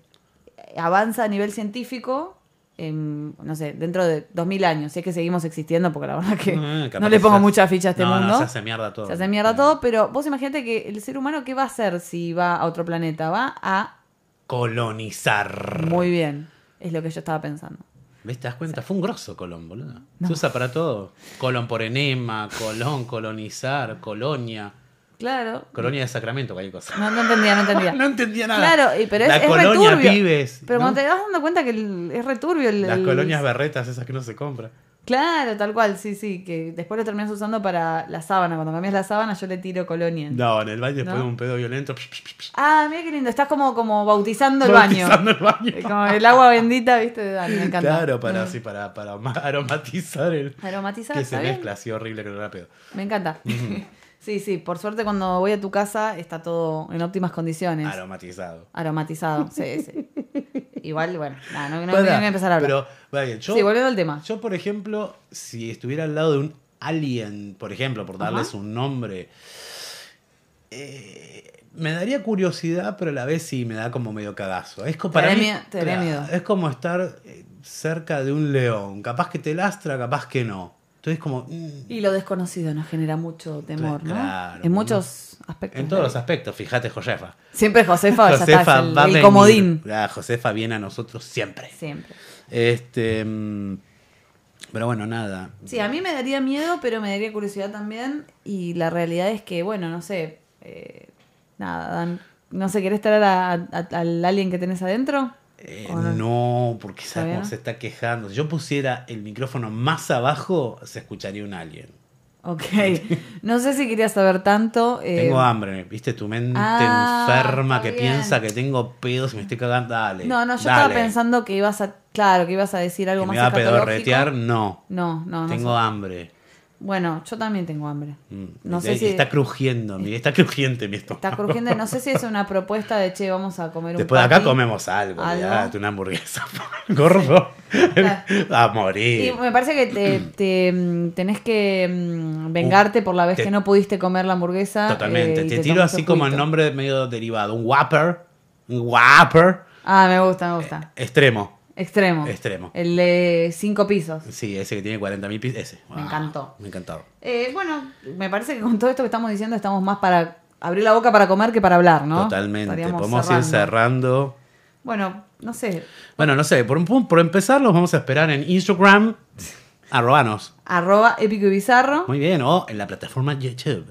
avanza a nivel científico, em, no sé, dentro de 2000 años, si es que seguimos existiendo, porque la verdad que
Ah, capaz
no le
que
pongo
se-
mucha ficha a este
no, no,
mundo.
se hace mierda todo. Mm.
Se hace mierda todo, pero vos imagínate que el ser humano, ¿qué va a hacer si va a otro planeta? Va a...
Colonizar.
Muy bien, es lo que yo estaba pensando.
¿Ves? ¿Te das cuenta? Fue un grosso Colón, boludo. Se usa para todo. Colón por enema, Colón, colonizar, colonia.
Claro.
Colonia de Sacramento, cualquier cosa.
No, no entendía, no entendía.
No entendía nada.
Claro, y- pero es,
La
es
colonia,
returbio.
pibes.
Pero
¿no?
cuando te vas dando cuenta que el- es returbio el,
Las
el-
colonias berretas, esas que no se compran.
Claro, tal cual, sí, sí. Que después lo terminas usando para la sábana. Cuando cambias la sábana, yo le tiro colonia.
No, en el baño después
¿No?
de un pedo violento. psh, psh, psh, psh,
Ah, mira qué lindo. Estás como, como bautizando, el baño.
bautizando el baño.
Eh, Como el agua bendita, viste, de Dani. Me encanta. Mm.
Claro, para, así, para, para ma- aromatizar el.
Aromatizar,
Que
está
se
bien.
mezcla así horrible con el rápido.
Me encanta. sí, sí. Por suerte, cuando voy a tu casa, está todo en óptimas condiciones.
Aromatizado.
Aromatizado, sí, sí. Igual, bueno, nada, no, no,
Pará,
no voy a empezar a hablar.
Pero, vaya, yo,
sí, volviendo al tema.
yo, por ejemplo, si estuviera al lado de un alien, por ejemplo, por darles
Ajá.
un nombre, eh, me daría curiosidad, pero a la vez sí me da como medio cagazo. Es como,
Te
para
daría
mí,
miedo- te daría
claro,
miedo.
Es como estar eh, cerca de un león. Capaz que te lastra, capaz que no. Entonces como... mm,
Y lo desconocido nos genera mucho temor, ¿no?
Claro.
en muchos aspectos.
en todos los aspectos, fíjate, Josefa.
Siempre Josefa, ya está,
Josefa
es el-
va a
el,
venir.
comodín.
Ah, Josefa viene a nosotros siempre.
Siempre.
Este, mm, pero bueno, nada.
Sí, a mí me daría miedo, pero me daría curiosidad también. Y la realidad es que, bueno, no sé. eh, nada, Dan, no sé, ¿querés traer a- a- al alien que tenés adentro?
Eh,
¿O no?
no, porque sabes
¿Todavía
cómo
no?
se está quejando. Si yo pusiera el micrófono más abajo, se escucharía un alien.
Ok. No sé si quería saber tanto. eh,
Tengo hambre, viste, tu mente
ah,
enferma
está
que
bien.
piensa que tengo pedos y me estoy cagando. Dale.
No, no, yo
dale.
estaba pensando que ibas a. Claro, que ibas a decir
¿Que
algo más
me va a
escatológico.
pedorretear, no.
No, no, no.
tengo
sé.
hambre.
Bueno, yo también tengo hambre.
Mm.
No
Y-
sé
y
si-
Está crujiendo, mi- está crujiente mi estómago.
Está crujiendo. No sé si es una propuesta de che, vamos a comer un
Después de acá
patty.
comemos algo,
Algo.
olvidate, una hamburguesa, gordo, a morir.
Y me parece que te, te, mm, tenés que mm, vengarte por la vez
Uh, te-
que no pudiste comer la hamburguesa.
Totalmente.
eh, y
te, tiro
tomaste
así
un
como el
juguito.
nombre medio derivado. Un Whopper. Un Whopper.
Ah, me gusta, me gusta.
Extremo.
Extremo.
Eh, Extremo.
El de cinco pisos.
Sí, ese que tiene 40.000 pisos. Ese.
Me encantó.
Me encantó.
Eh, bueno, me parece que con todo esto que estamos diciendo estamos más para abrir la boca para comer que para hablar, ¿no?
Totalmente.
Estaríamos
Podemos ir cerrando.
Bueno, no sé.
Bueno, no sé. Por, un- por empezar, los vamos a esperar en Instagram. Arrobanos.
Arroba épico y bizarro.
Muy bien. O en la plataforma YouTube.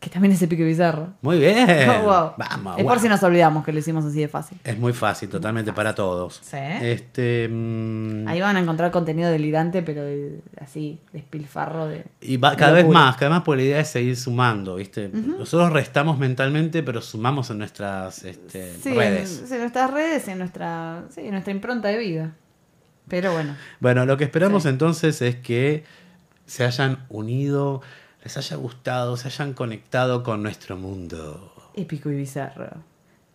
Que también es épico y bizarro.
Muy bien.
Oh, wow.
Vamos.
es
wow.
por si nos olvidamos que lo hicimos así de fácil.
Es muy fácil, totalmente para todos.
Sí.
Este. mm,
Ahí van a encontrar contenido delirante, pero de- así, despilfarro de...
Y va cada vez
Locura.
más, cada vez más, porque la idea es seguir sumando, ¿viste? Nosotros restamos mentalmente, pero sumamos en nuestras este,
Sí,
redes.
En, sí, en nuestras redes, en nuestra, sí, en nuestra impronta de vida. Pero bueno,
Bueno, lo que esperamos
Sí.
entonces es que se hayan unido, les haya gustado, se hayan conectado con nuestro mundo.
épico y bizarro.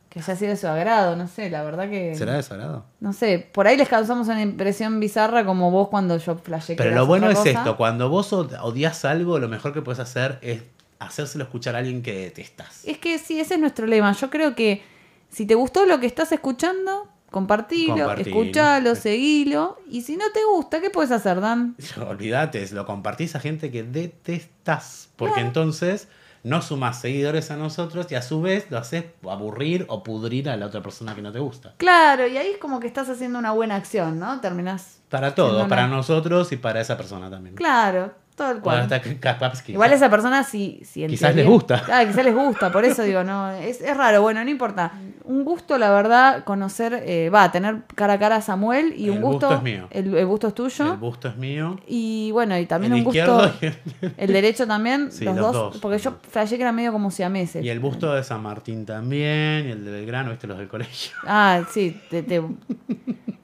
Que haya sido de su agrado, no sé, la verdad que...
¿Será desagrado?
No sé, por ahí les causamos una impresión bizarra como vos cuando yo flashé. que
Pero
eras
lo bueno
otra
es
cosa.
esto, cuando vos od- odias algo, lo mejor que puedes hacer es hacérselo escuchar a alguien que detestas.
Es que sí, ese es nuestro lema. Yo creo que si te gustó lo que estás escuchando, compartilo,
Compartilo.
escuchalo, seguilo. Y si no te gusta, ¿qué puedes hacer, Dan?
Olvídate, lo compartís a gente que detestás, porque entonces no sumás seguidores a nosotros y a su vez lo haces aburrir o pudrir a la otra persona que no te gusta.
Claro, y ahí es como que estás haciendo una buena acción, ¿no? Terminás.
Para todo,
Siendo una-
para nosotros y para esa persona también.
Claro, todo el
Bueno,
cual.
hasta que capaz que-
Igual esa persona sí, sí en
Quizás
teoría-
les gusta.
Claro, quizás les gusta, por eso digo, no, es, es raro, bueno, no importa. Un gusto, la verdad, conocer, eh, va, a tener cara a cara a Samuel y
El
un
gusto
gusto.
es mío.
El, el gusto es tuyo.
El busto es mío.
Y bueno, y también
el
un gusto.
izquierdo y el,
El derecho también,
Sí,
los,
los
dos,
dos.
Porque yo flashé que era medio como siameses.
y el busto de San Martín también. Y el de Belgrano, viste los del colegio.
Ah, sí, te, te...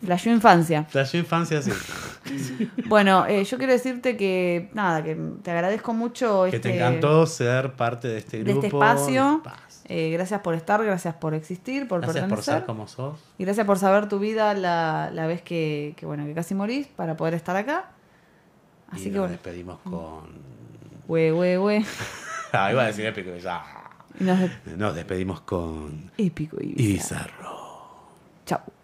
flasheó infancia.
Flashó infancia así.
Bueno, eh, yo quiero decirte que, nada, que te agradezco mucho.
que te
este-
encantó ser parte de este
de
grupo.
este espacio.
de este espacio.
eh, gracias por estar, gracias por existir, por
Gracias por
pertenecer.
ser como sos.
Y gracias por saber tu vida la, la vez que, que, bueno, que casi morís para poder estar acá.
y
Así que
nos
bueno,
despedimos con
we, we, we.
Ah, iba a decir épico y "Ah". bizarro.
Y nos
Nos despedimos con
épico y bizarro.
Izarro.
Chau.